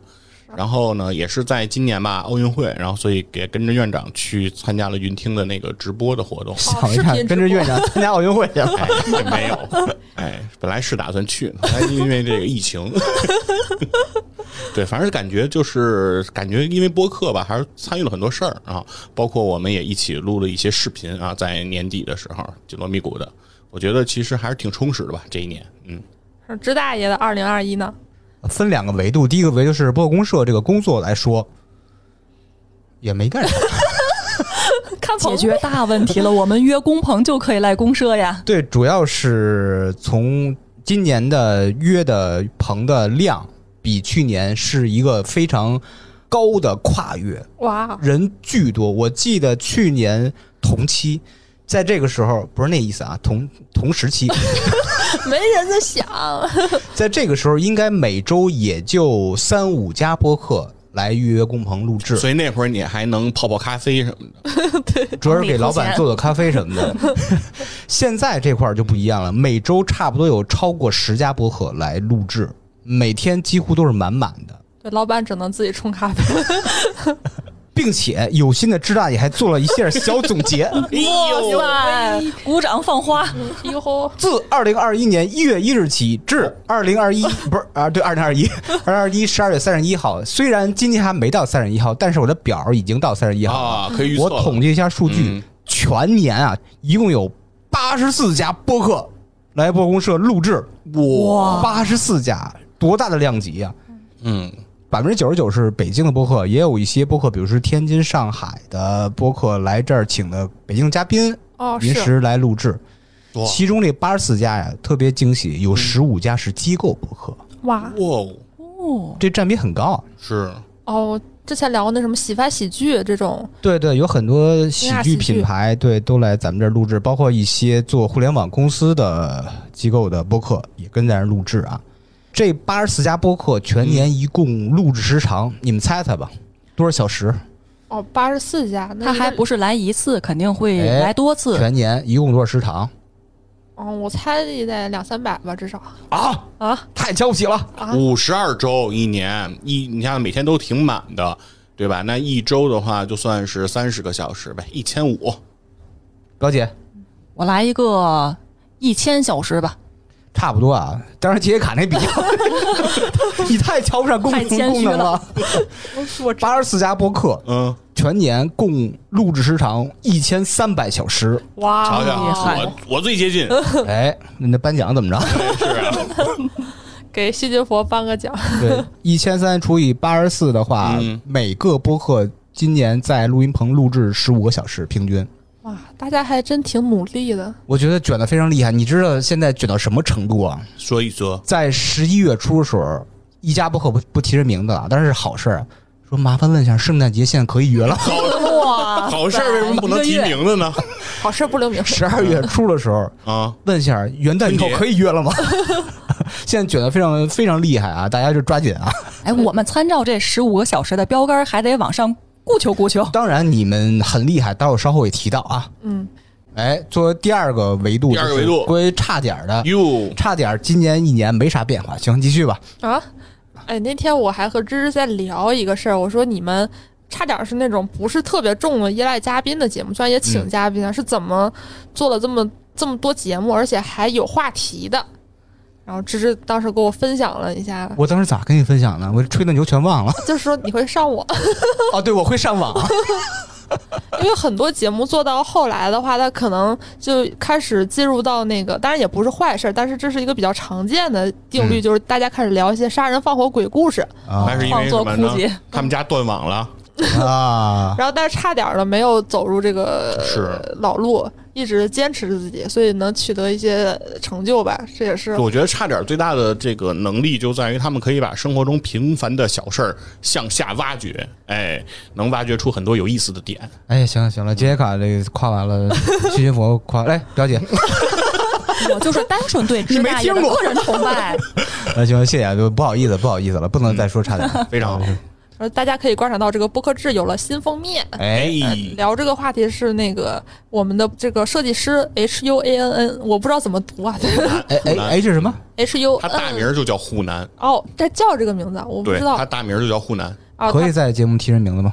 B: 然后呢，也是在今年吧，奥运会，然后所以也跟着院长去参加了云听的那个直播的活动。
C: 想一
A: 视频
C: 下，
A: 直播
C: 跟着院长参加奥运会 去了。
B: 哎，也没有，哎，本来是打算去的，后来因为这个疫情， 对，反正感觉就是感觉，因为播客吧，还是参与了很多事儿啊，包括我们也一起录了一些视频啊，在年底的时候，紧锣密鼓的，我觉得其实还是挺充实的吧，这一年，嗯，
A: 是支大爷的二零二一呢，
C: 分两个维度，第一个维度是播客公社这个工作来说，也没干啥。
A: 看
D: 解
A: 棚
D: 决大问题 了，我们约工棚就可以来公社呀。
C: 对，主要是从今年的约的棚的量比去年是一个非常高的跨越，
A: 哇，
C: 人巨多。我记得去年同期，在这个时候不是那意思啊，同同时期，
A: 没人在想，
C: 在这个时候应该每周也就三五家播客。来预约工棚录制，
B: 所以那会儿你还能泡泡咖啡什么的，
C: 主要是给老板做做咖啡什么的。现在这块儿就不一样了，每周差不多有超过十家播客来录制，每天几乎都是满满的，
A: 对，老板只能自己冲咖啡。
C: 并且有心的支大爷还做了一下小总结。
D: 哎哇塞，鼓掌放花，
A: 哟吼，
C: 自二零二一年一月一日起至二 零二一，不是啊，对，二零二一，二零二一十二月三十一号。虽然今天还没到三十一号，但是我的表儿已经到三十一号了。
B: 啊，可以预测
C: 我
B: 了
C: 统计一下数据，
B: 嗯
C: 全年啊，一共有八十四家播客来播公社录制，
D: 哇
C: 八十四家，多大的量级呀、
B: 嗯，
C: 百分之九十九是北京的播客，也有一些播客，比如说天津、上海的播客来这儿请的北京嘉宾
A: 哦，
C: 临
A: 是
C: 时来录制。
B: 哇
C: 其中这八十四家呀，特别惊喜，有十五家是机构播客，
A: 哇
B: 哇哦，
D: 哦，
C: 这占比很高啊。
B: 是
A: 哦，之前聊过那什么洗发喜剧这种，
C: 对对，有很多喜剧品嗯牌对都来咱们这儿录制，包括一些做互联网公司的机构的播客也跟咱这儿录制啊。这八十四家播客全年一共录制时长，你们猜猜吧，多少小时？
A: 哦，八十四家，那
D: 他还
A: 应该
D: 不是来一次，肯定会
C: 哎
D: 来多次。
C: 全年一共多少时长？
A: 哦，我猜也得两三百吧，至少
C: 啊，
A: 啊
C: 太瞧不起了！
A: 啊，
B: 五十二周一年一，你看每天都挺满的，对吧？那一周的话，就算是三十个小时呗，一千五。
C: 表姐，
D: 我来一个一千小时 吧，
C: 差不多啊。当然，杰卡那比 较，你太瞧不上公
D: 太谦
C: 功
D: 虚了
C: 能了。
A: 我
C: 八十四家播客
B: 嗯，
C: 全年共录制时长一千三百小时。
A: 哇，
B: 瞧
D: 啊
B: 瞧，
D: 厉害
B: 我我最接近，
C: 哎，那颁奖怎么着？
B: 是啊，
A: 给西金佛颁个奖，
C: 对，一千三除以八十四的话，
B: 嗯
C: 每个播客今年在录音棚录制十五个小时平均。
A: 哇，大家还真挺努力的，
C: 我觉得卷的非常厉害，你知道现在卷到什么程度啊？
B: 说一 说，
C: 在十一月初的时候，一家播客不不提这名字了，但是好事儿，说麻烦问一下，圣诞节现在可以约了。
D: 哇
B: 好事儿为什么不能
D: 一
B: 提
D: 个月
B: 名字呢？
A: 好事不留名，
C: 十二月初的时候，
B: 啊，
C: 问一下元旦以后可以约 了吗？现在卷的非常非常厉害啊，大家就抓紧啊！
D: 哎，我们参照这十五个小时的标杆儿，还得往上顾求顾 求。
C: 当然你们很厉害，待会儿稍后也提到啊。
A: 嗯，
C: 哎，作为第二个维度，
B: 第二个维度
C: 关于差点儿的，
B: 哟，
C: 差点儿今年一年没啥变化。行，继续吧。
A: 啊，哎，那天我还和芝芝在聊一个事儿，我说你们差点是那种不是特别重的依赖嘉宾的节目，虽然也请
B: 嗯
A: 嘉宾啊，是怎么做了这么这么多节目，而且还有话题的？然后芝芝当时给我分享了一下，
C: 我当时咋跟你分享呢？我吹的牛全忘了。
A: 就是说你会上我，
C: 哦，对，我会上 网。
A: 因为很多节目做到后来的话，它可能就开始进入到那个，当然也不是坏事儿，但是这是一个比较常见的定律，
C: 嗯
A: 就是大家开始聊一些杀人放火鬼故事，
C: 啊
B: 还是因为
D: 哦创作
B: 什
D: 枯
B: 么呢？
D: 竭，
B: 他们家断网了，
C: 啊，
A: 然后但是差点儿的没有走入这个
B: 是
A: 呃老路，一直坚持着自己，所以能取得一些成就吧。这也是
B: 我觉得差点最大的这个能力就在于他们可以把生活中平凡的小事儿向下挖掘，哎，能挖掘出很多有意思的点。
C: 哎，行了行了，杰西卡这个夸完了， 徐金佛哎夸来表 姐，
D: 我哦就是单纯对
C: 你
D: 支
C: 没
D: 大爷
C: 听
D: 的
C: 过
D: 个人崇拜。
C: 啊，行，谢谢啊，不好意思，不好意思了，不能再说差 点儿。
B: 非常好。
D: 哦
A: 呃大家可以观察到这个播客制有了新封面。
C: 哎，
B: 嗯
A: 呃聊这个话题是那个我们的这个设计师 H U A N N，我不知道怎么读啊
C: 哎哎哎，这是什么？
A: ，H U
B: 他大
A: N
B: 名就叫沪南，
A: 哦，这叫这个名字啊，我不
B: 对
A: 知道
B: 他大名就叫沪南。
A: 啊。
C: 可以在节目提人名字吗？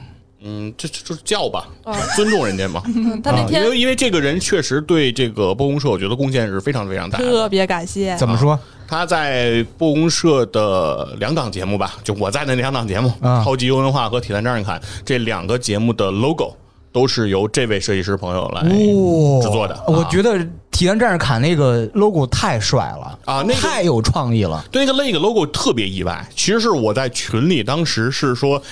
B: 嗯，这这就是叫吧
A: 啊，
B: 尊重人 家嘛。啊
A: 他嗯他
C: 啊
A: 那
B: 因
A: 天
B: 为因为这个人确实对这个播公社，我觉得贡献是非常非常大的。
A: 特别感谢，
C: 怎么说？
B: 他在播公社的两档节目吧，就我在的那两档节目，
C: 啊
B: 超级优文化》和《铁三张人侃》这两个节目的 logo 都是由这位设计师朋友来
C: 哇
B: 制作的。
C: 哦我
B: 啊
C: 觉得体坛战士卡那个 logo 太帅了
B: 啊那个
C: 太有创意了。
B: 对那个那个 logo 特别意外。其实是我在群里当时是说，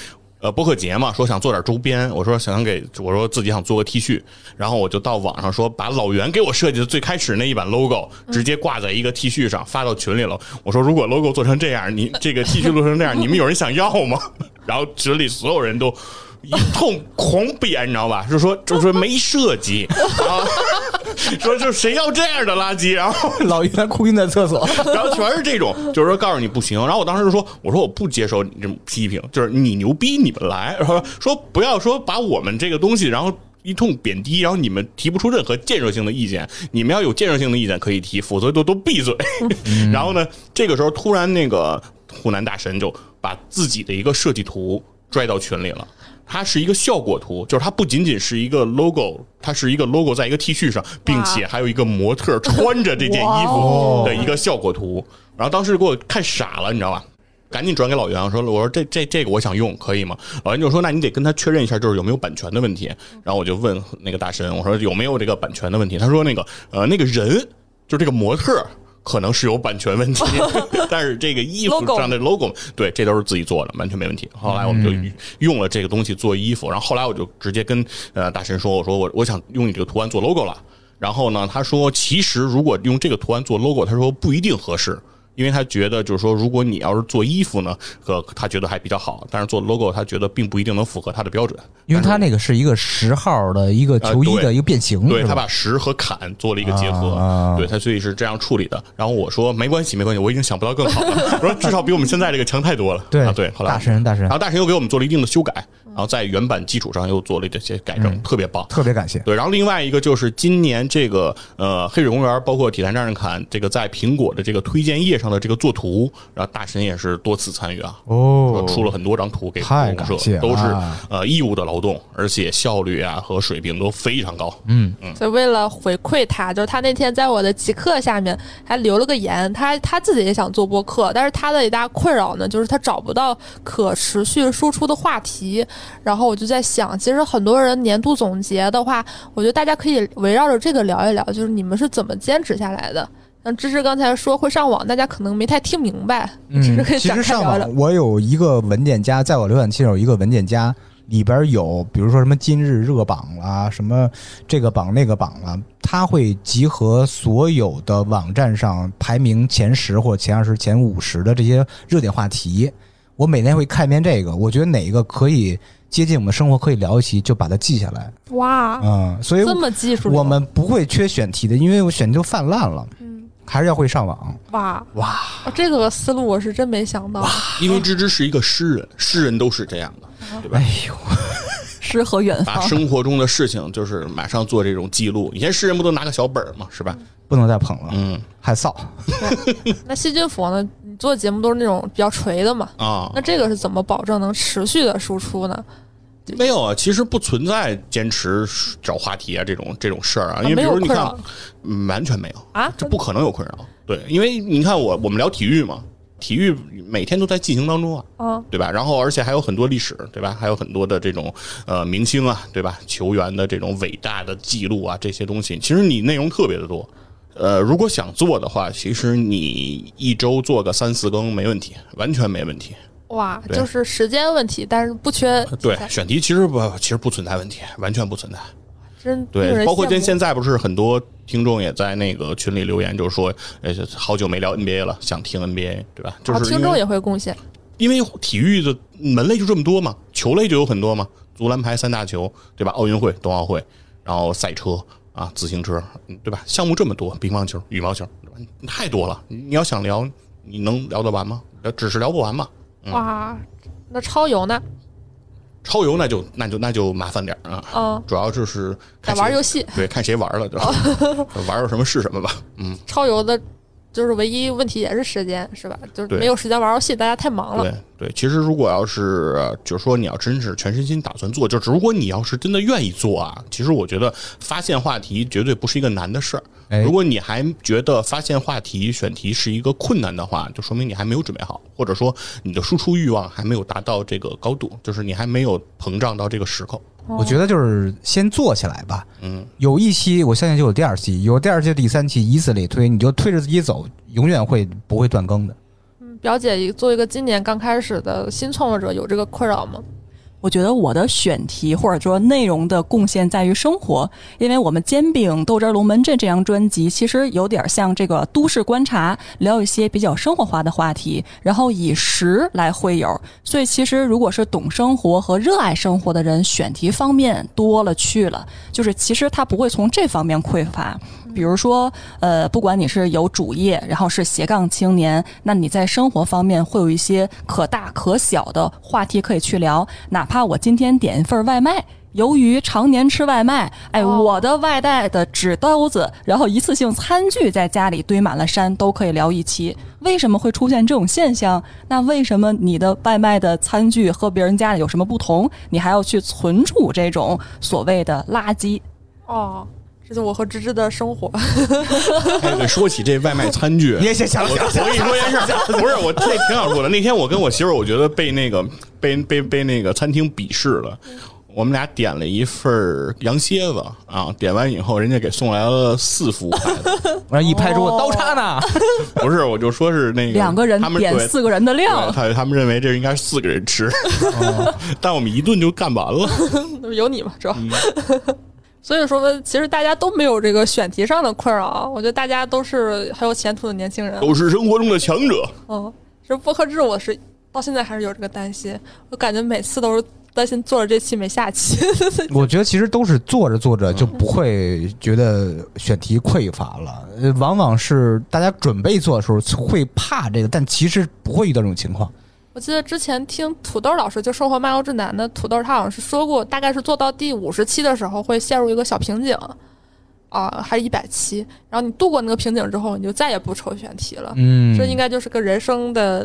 B: 呃，播客节嘛，说想做点周边，我说想给我说自己想做个 T 恤，然后我就到网上说把老袁给我设计的最开始那一版 logo 直接挂在一个 T 恤上发到群里了。我说如果 logo 做成这样，你这个 T 恤做成这样，你们有人想要吗？ 然后群里所有人都。一通狂扁，你知道吧？就说就说没设计，啊，说就谁要这样的垃圾，然后
C: 老袁哭晕在厕所。
B: 然后全是这种，就是说告诉你不行。然后我当时就说，我说我不接受你这种批评，就是你牛逼，你们来，然后说不要说把我们这个东西，然后。一通贬低，然后你们提不出任何建设性的意见。你们要有建设性的意见可以提，否则都都闭嘴。 然后呢，这个时候突然那个湖南大神就把自己的一个设计图拽到群里了。它是一个效果图，就是它不仅仅是一个 logo，它是一个 logo 在一个 T 恤上，并且还有一个模特穿着这件衣服的一个效果图。然后当时给我看傻了，你知道吧？赶紧转给老袁，我说我说这这这个我想用，可以吗？老袁就说那你得跟他确认一下，就是有没有版权的问题。然后我就问那个大神，我说有没有这个版权的问题？他说那个呃那个人就这个模特可能是有版权问题， 但是这个衣服
A: Logo
B: 上的 logo，对，这都是自己做的，完全没问题。后来我们就用了这个东西做衣服，然后后来我就直接跟呃大神说，我说我我想用你这个图案做 logo 了。然后呢，他说其实如果用这个图案做 logo，他说不一定合适。因为他觉得就是说，如果你要是做衣服呢，呃，他觉得还比较好，但是做 logo 他觉得并不一定能符合他的标准。
E: 因为它那个是一个十号的一个球衣
B: 呃
E: 的
B: 对
E: 一个变形，
B: 对
E: 嗯是
B: 他
E: 吧？
B: 把石和砍做了一个结合，
E: 啊
B: 对他所以是这样处理的。然后我说没关系，没关系，我已经想不到更好 了，我说至少比我们现在这个强太多了。
E: 对
B: 啊，对，后来
E: 大神大神
B: 然后大神又给我们做了一定的修改，
E: 嗯
B: 然后在原版基础上又做了一些改正，特别棒。
C: 特别感谢。
B: 对，然后另外一个就是今年这个呃黑水公园，包括体坛战士侃这个在苹果的这个推荐页上的这个作图，然后大神也是多次参与啊，
C: 哦
B: 出了很多张图给
C: 太
B: 公社
C: 感谢，了
B: 都是
C: 啊
B: 呃义务的劳动，而且效率啊和水平都非常高。
C: 嗯
A: 所以为了回馈他，就是他那天在我的极客下面还留了个言，他他自己也想做播客，但是他的一大困扰呢，就是他找不到可持续输出的话题。然后我就在想，其实很多人年度总结的话，我觉得大家可以围绕着这个聊一聊，就是你们是怎么坚持下来的。像芝芝刚才说会上网，大家可能没太听明白， 芝芝可以
C: 嗯其
A: 展开
C: 实上
A: 聊聊
C: 网。我有一个文件夹，在我浏览器上有一个文件夹，里边有比如说什么今日热榜啦，什么这个榜那个榜啦，它会集合所有的网站上排名前十或者前二十、前五十的这些热点话题。我每天会看一遍这个，我觉得哪一个可以接近我们生活，可以聊一期，就把它记下来。
A: 哇，
C: 嗯，所以
A: 啊这么技术流，
C: 我们不会缺选题的，因为我选题都泛滥了，
A: 嗯
C: 还是要会上网。
A: 哇
C: 哇，
A: 哦这个思路我是真没想到。
B: 因为芝芝是一个诗人，诗人都是这样的，
A: 哎
C: 哎
B: 对吧？
D: 诗和远
B: 把
D: 方。
B: 生活中的事情就是马上做这种记录。以前诗人不都拿个小本儿嘛，是吧？
C: 不能再捧了，
B: 嗯
C: 害臊。
A: 那细菌佛呢？你做节目都是那种比较垂的嘛？
B: 啊
A: 那，这个是怎么保证能持续的输出呢？
B: 没有啊，其实不存在坚持找话题啊这种这种事儿啊，因为
A: 没
B: 比
A: 有
B: 如你
A: 困
B: 看
A: 扰，
B: 嗯完全没有，
A: 啊，
B: 这不可能有困扰。对，因为你看我我们聊体育嘛，体育每天都在进行当中啊，
A: 嗯，
B: 对吧？然后而且还有很多历史，对吧？还有很多的这种呃明星啊，对吧？球员的这种伟大的记录啊，这些东西，其实你内容特别的多。呃，如果想做的话，其实你一周做个三四更没问题，完全没问题。
A: 哇，
B: 对
A: 就是时间问题，但是不缺
B: 对，选题其实不，其实不存在问题，完全不存在。
A: 真令
B: 对，
A: 人
B: 包括
A: 羡
B: 现
A: 慕
B: 现在不是很多听众也在那个群里留言，就是说，呃，好久没聊 NBA 了，想听 NBA，对吧？就
A: 啊
B: 是因
A: 听
B: 为
A: 众也会贡献，
B: 因为体育的门类就这么多嘛，球类就有很多嘛，足篮排三大球，对吧？奥运会、冬奥会，然后赛车啊，自行车，嗯对吧？项目这么多，乒乓球、羽毛球，对吧太多了。你你要想聊，你能聊得完吗？呃只是聊不完嘛。嗯
A: 哇，那超游呢？
B: 超游那就那就那就麻烦点儿啊，
A: 嗯，
B: 主要就是
A: 在
B: 看
A: 玩
B: 谁
A: 游戏，
B: 对，看谁玩 了，对吧？玩到什么是什么吧。嗯，
A: 超游的，就是唯一问题也是时间，是吧？就是
B: 对
A: 没有时间玩游戏，大家太忙了
B: 对。对，其实如果要是呃就是说你要真是全身心打算做，就是如果你要是真的愿意做啊，其实我觉得发现话题绝对不是一个难的事儿。
C: 哎
B: 如果你还觉得发现话题选题是一个困难的话，就说明你还没有准备好，或者说你的输出欲望还没有达到这个高度，就是你还没有膨胀到这个时刻。
A: 哦
C: 我觉得就是先做起来吧。
B: 嗯，
C: 有一期，我相信就有第二期，有第二期、第三期，以此类推，你就推着自己走，永远会不会断更
A: 嗯
C: 的。
A: 表姐一做一个今年刚开始的新创作者，有这个困扰吗？
D: 我觉得我的选题或者说内容的贡献在于生活，因为我们《煎饼豆汁儿龙门阵》这张专辑其实有点像这个都市观察，聊一些比较生活化的话题，然后以食来会友。所以其实如果是懂生活和热爱生活的人，选题方面多了去了，就是其实他不会从这方面匮乏。比如说，呃，不管你是有主业，然后是斜杠青年，那你在生活方面会有一些可大可小的话题可以去聊。哪怕我今天点一份外卖，由于常年吃外卖，哎，
A: 哦
D: 我的外带的纸兜子，然后一次性餐具在家里堆满了山，都可以聊一期。为什么会出现这种现象？那为什么你的外卖的餐具和别人家里有什么不同？你还要去存储这种所谓的垃圾？
A: 哦，这就我和芝芝的生活。
B: 哎，对，说起这外卖餐 具，
C: 也想 想
B: 我我跟你说件事儿，不是我这
D: 嗯
B: 挺想说的。那天我跟我媳妇儿，我觉得被那个被被被那个餐厅鄙视了。我们俩点了一份儿羊蝎子啊，点完以后，人家给送来了四副 筷子，
A: 哦
E: 然后一拍桌子，刀叉呢？
B: 不是，我就说是那个
D: 两个人
B: 他们
D: 点
B: 对
D: 四个人的
B: 对
D: 量，
B: 他他们认为这应该是四个人吃，但我们一顿就干完了。
A: 有你嘛，主要。 所以说，其实大家都没有这个选题上的困扰啊，我觉得大家都是很有前途的年轻人。
B: 都是生活中的强 者，
A: 嗯，其实播客制我是到现在还是有这个担心，我感觉每次都是担心做了这期没下期。
C: 我觉得其实都是做着做着就不会觉得选题匮乏了，呃往往是大家准备做的时候会怕这个，但其实不会遇到这种情况。
A: 我记得之前听土豆老师就《生活漫游指南》的土豆，他好像是说过，大概是做到第五十期的时候会陷入一个小瓶颈，啊，还是一百期，然后你度过那个瓶颈之后，你就再也不抽选题了。
C: 嗯
A: 这应该就是个人生的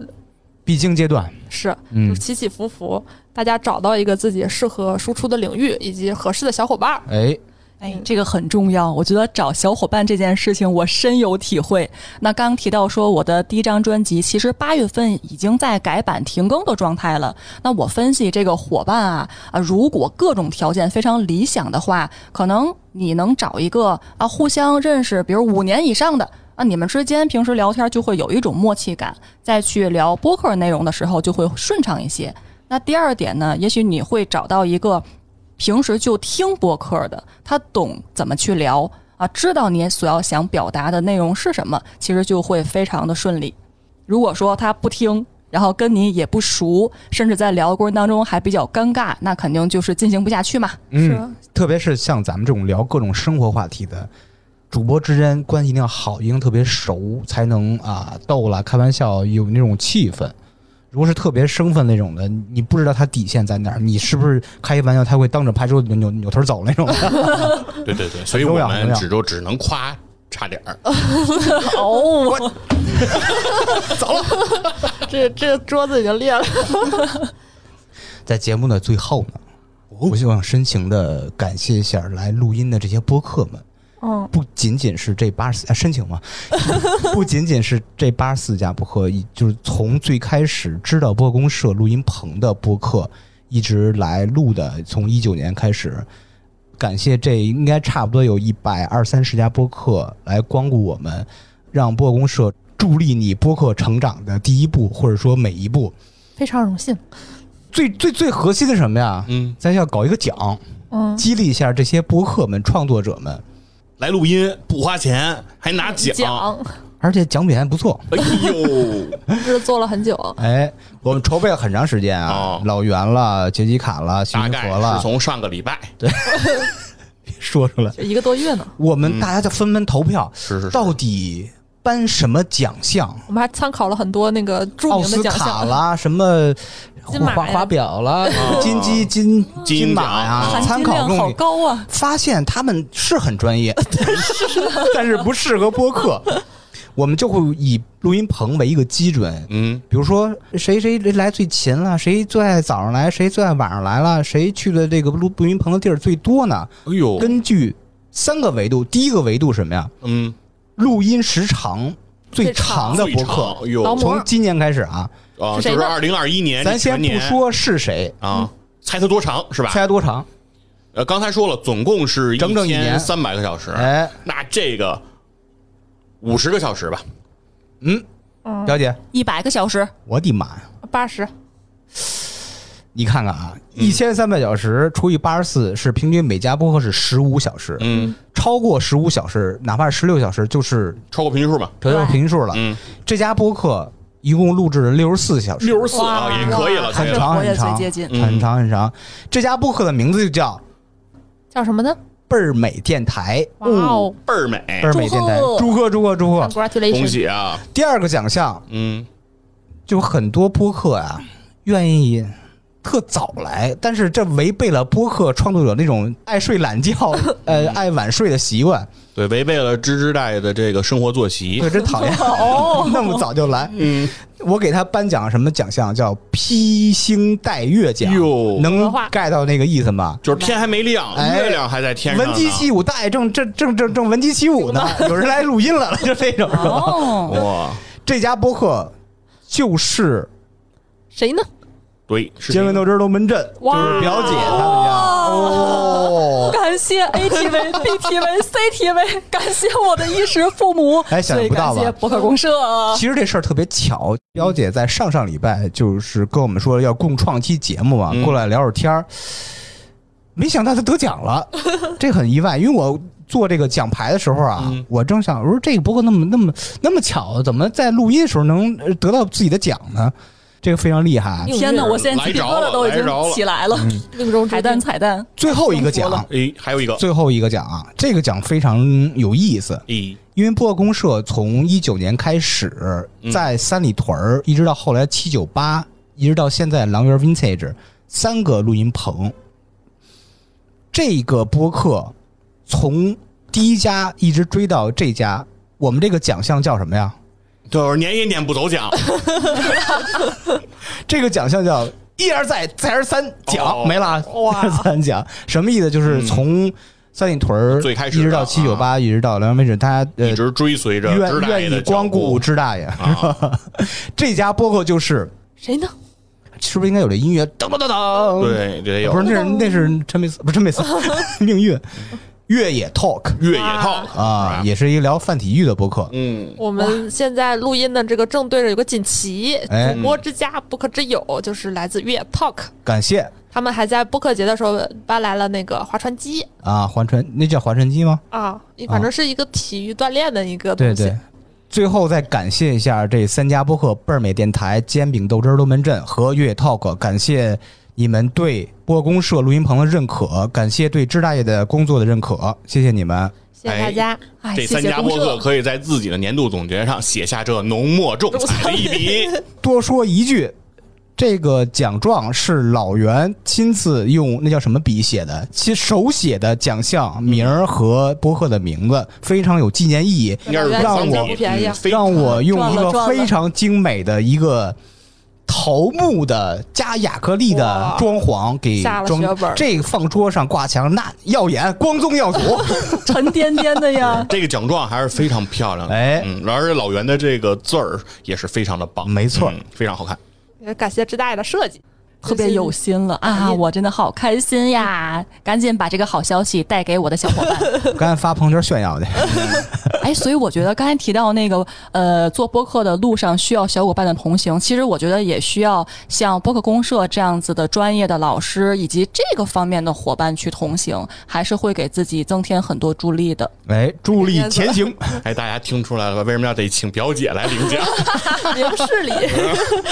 C: 必经阶段。
A: 是，就
C: 嗯
A: 是，起起伏伏，大家找到一个自己适合输出的领域以及合适的小伙伴儿。
C: 哎，
D: 哎，这个很重要。我觉得找小伙伴这件事情，我深有体会。那刚提到说，我的第一张专辑其实八月份已经在改版停更的状态了。那我分析这个伙伴啊啊，如果各种条件非常理想的话，可能你能找一个啊互相认识，比如五年以上的。啊，你们之间平时聊天就会有一种默契感，再去聊播客内容的时候就会顺畅一些。那第二点呢，也许你会找到一个平时就听播客的，他懂怎么去聊啊，知道你所要想表达的内容是什么，其实就会非常的顺利。如果说他不听，然后跟你也不熟，甚至在聊的过程当中还比较尴尬，那肯定就是进行不下去嘛。
A: 是啊
C: 嗯，特别是像咱们这种聊各种生活话题的主播之间，关系一定要好，一定特别熟，才能啊逗了开玩笑，有那种气氛。如果是特别生分那种的，你不知道他底线在哪儿，你是不是开一玩笑，他会当着拍桌子扭扭扭头走那种？
B: 对对对，所以
C: 很
B: 我
C: 重要很重
B: 们
C: 要
B: 只就只能夸差点儿，
D: 哦，
A: 这这桌子已经裂了。
C: 在节目的最后呢，我希望深情的感谢一下来录音的这些播客们。
A: 嗯，
C: 不仅仅是这八十四、啊、申请嘛， 不仅仅是这八十四家播客，以就是从最开始知道播公社录音棚的播客，一直来录的，从一九年开始，感谢这应该差不多有一百二三十家播客来光顾我们，让播公社助力你播客成长的第一步，或者说每一步。
A: 非常荣幸。
C: 最最最核心的是什么呀？
B: 嗯，
C: 咱要搞一个奖，
A: 嗯，
C: 激励一下这些播客们、创作者们，
B: 来录音不花钱还
D: 嗯
B: 拿奖，
A: 讲，
C: 而且奖品还不错。
B: 哎 呦，
A: 这是做了很久。
C: 哎，我们筹备了很长时间啊，
B: 哦
C: 老袁了、杰吉卡了、新
B: 大
C: 云
B: 概
C: 佛
B: 是
C: 了，
B: 从上个礼拜，
C: 说出来，
A: 就一个多月呢，
C: 我们大家就纷纷投票，
B: 嗯是是是
C: 到底颁什么奖项？
A: 我们还参考了很多那个著
C: 奥
A: 名
C: 斯
A: 的奖
C: 卡
A: 项，
C: 啦，什么
A: 金马
C: 华
A: 呀
C: 华表啦，
B: 啊
C: 金鸡金
B: 金
C: 马
B: 奖
A: 哦
C: 呀，
D: 含
C: 参
D: 金
C: 考
D: 量
C: 用
D: 好
C: 语。
D: 高啊！
C: 发现他们是很专业， 但是不适合播客。我们就会以录音棚为一个基准，
B: 嗯，
C: 比如说谁谁来最勤了，谁最爱早上来，谁最爱晚上来了，谁去的这个录录音棚的地儿最多呢？
B: 哎呦，
C: 根据三个维度，第一个维度什么呀？
B: 嗯，
C: 录音时长最长的
B: 最
C: 博
B: 长
C: 客，
B: 哎呦
A: 劳模
C: 从今年开始啊，
B: 啊，
A: 是谁
B: 就是
A: 呢
B: 二零二一年这
C: 咱先
B: 全
C: 不
B: 年，
C: 说是谁，
B: 啊，猜它多长是吧？
C: 猜多长？
B: 呃，刚才说了，总共是
C: 整整一年
B: 三百个小时，
C: 哎，
B: 那这个五十个小时吧，
C: 表姐，
D: 一百个小时，
C: 我的妈呀！
A: 八十
C: 你看看啊，
B: 嗯
C: 一千三百小时除以八十四是平均每家播客是十五小时，
B: 嗯，
C: 超过十五小时，哪怕是十六小时，就是
B: 超过平均数吧，
C: 调校平均数了。
B: 嗯，
C: 这家播客一共录制了六十四小时，
B: 六十四啊，
A: 哇
B: 也可以了，可以
C: 很
B: 了，
C: 长
D: 我也
C: 很
D: 最
C: 长，
D: 接近
B: 嗯
C: 很长很长。这家播客的名字就叫
A: 叫什么呢？
C: 倍儿美电台，
A: 哇哦
B: 倍儿
C: 倍
B: 美，
C: 儿美电台，祝贺嗯祝贺祝贺！
B: 恭
A: ，congratulations！
B: 喜啊，
C: 第二个奖项
B: 嗯，
C: 就很多播客啊，愿意特早来，但是这违背了播客创作者那种爱睡懒觉、 呃爱晚睡的习惯，
B: 对，违背了芝芝大爷的这个生活作息
C: 对，，真讨 厌，
D: 哦
C: 那么早就来。
B: 嗯，
C: 我给他颁奖什么奖项？叫披星戴月奖
B: 哟，
C: 能
A: 文化
C: get 到那个意思吗？
B: 就是天还没亮，
C: 哎
B: 月亮还在天上啊
C: 闻
B: 呢，
C: 鸡起舞，大爷正正正正正闻鸡起舞呢，有人来录音了， 就这种。
D: 哦，
B: 哇，
C: 这家播客就是
A: 谁呢？
B: 对，是
C: 街边斗智龙门阵，就
A: 哇
C: 是表姐他们家。哦，
D: 感谢 ATV、BTV、CTV，感谢我的衣食父母，
C: 哎想
D: 所以
C: 不到
D: 感
C: 吧
D: 谢博客公社。 啊
C: 其实这事儿特别巧，彪姐在上上礼拜就是跟我们说要共创期节目嘛，
B: 嗯
C: 过来聊会儿天儿，没想到她得 奖了，这很意外，因为我。做这个奖牌的时候啊，
B: 嗯
C: 我正想，我说这个播客那么那么那么巧，怎么在录音的时候能呃得到自己的奖呢？这个非常厉害啊。
D: 天哪，我现在鸡皮疙瘩都已
B: 来着了来着了嗯
D: 经起来了。
A: 命中
D: 彩
A: 注
D: 蛋，
A: 定。
D: 彩蛋，
C: 最后一个
D: 幸
C: 奖
D: 福了，
B: 诶，哎还有一个，
C: 最后一个奖啊，这个奖非常有意思，
B: 咦，
C: 因为播客公社从一九年开始，
B: 嗯
C: 在三里屯儿一直到后来七九八，一直到现在狼园 Vintage 三个录音棚，这个播客从第一家一直追到这家，我们这个奖项叫什么呀？
B: 就是撵也撵不走奖，
C: 这个奖项叫一而再再而三奖、
B: 哦
C: 没了啊，一而三奖什么意思？就是
B: 嗯
C: 从三里屯儿
B: 最开始
C: 一直
B: 的
C: 到七九八，
B: 啊
C: 一直到狼园 Vintage，大家呃
B: 一直追随着
C: 愿
B: 知大爷
C: 愿意
B: 的
C: 光
B: 脚步
C: 顾支大爷，
B: 啊，
C: 这家播客就是
A: 谁呢？
C: 是不是应该有这音乐？噔噔噔噔，，
B: 对对，有
C: 不是那是那是陈佩斯，不是陈 佩斯，命运越野 talk
B: 越野套
C: 啊，，也是一个聊泛体育的播客。
B: 嗯，
A: 我们现在录音的这个正对着有个锦旗，
C: 哎
A: 主播之家不可之友，就是来自越 Talk。
C: 感谢
A: 他们还在播客节的时候搬来了那个划船机
C: 啊，环船那叫划船机吗？
A: 啊，反正是一个体育锻炼的一个东
C: 啊对
A: 西。
C: 对。最后再感谢一下这三家播客：倍儿美电台、煎饼豆汁儿龙门阵和越野 talk。感谢你们对播公社录音棚的认可，感谢对支大爷的工作的认可，谢谢你们。
A: 谢谢大家。
D: 哎，
B: 这
D: 谢
B: 三
D: 谢
B: 家
D: 公
B: 播客
D: 社。
B: 可以在自己的年度总结上写下这浓墨重彩的一 笔。
C: 多说一句，这个奖状是老袁亲自用那叫什么笔写的，其手写的奖项名儿和播客的名字，非常有纪念意义，
B: 应该是
A: 让
B: 方
A: 我
B: 笔
A: 不便宜啊
B: 嗯非，
C: 让我用一
D: 赚了
C: 个
D: 赚了
C: 非常精美的一个。桃木的加亚克力的
A: 哇
C: 装潢给
A: 下了
C: 装
A: 血本，儿
C: 这个放桌上挂墙，那耀眼，光宗 耀祖。
D: 沉甸甸的呀
B: 这个奖状还是非常漂亮的，
C: 哎
B: 嗯，而且老袁的这个字儿也是非常的棒，
C: 没错
B: 嗯非常好看。
A: 也感谢之大爷的设计，
D: 特别有心了啊！我真的好开心呀！赶紧把这个好消息带给我的小伙伴。
C: 刚才发朋友圈炫 耀去，
D: 哎，所以我觉得刚才提到那个呃，做播客的路上需要小伙伴的同行，其实我觉得也需要像播客公社这样子的专业的老师以及这个方面的伙伴去同行，还是会给自己增添很多助力的。
C: 哎，助力前行。
B: 哎，大家听出来了吧？为什么要得请表姐来领 奖？
A: 明事理，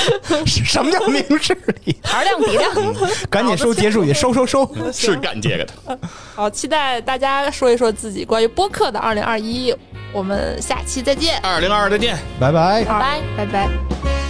C: 什么叫明事理？
A: 牌量底量。
C: 赶紧收结束语，收收收。
B: 是干这个的，
A: 好，期待大家说一说自己关于播客的二零二一，我们下期再见，
B: 二零二二再见。
C: 拜拜。
A: 拜拜拜拜。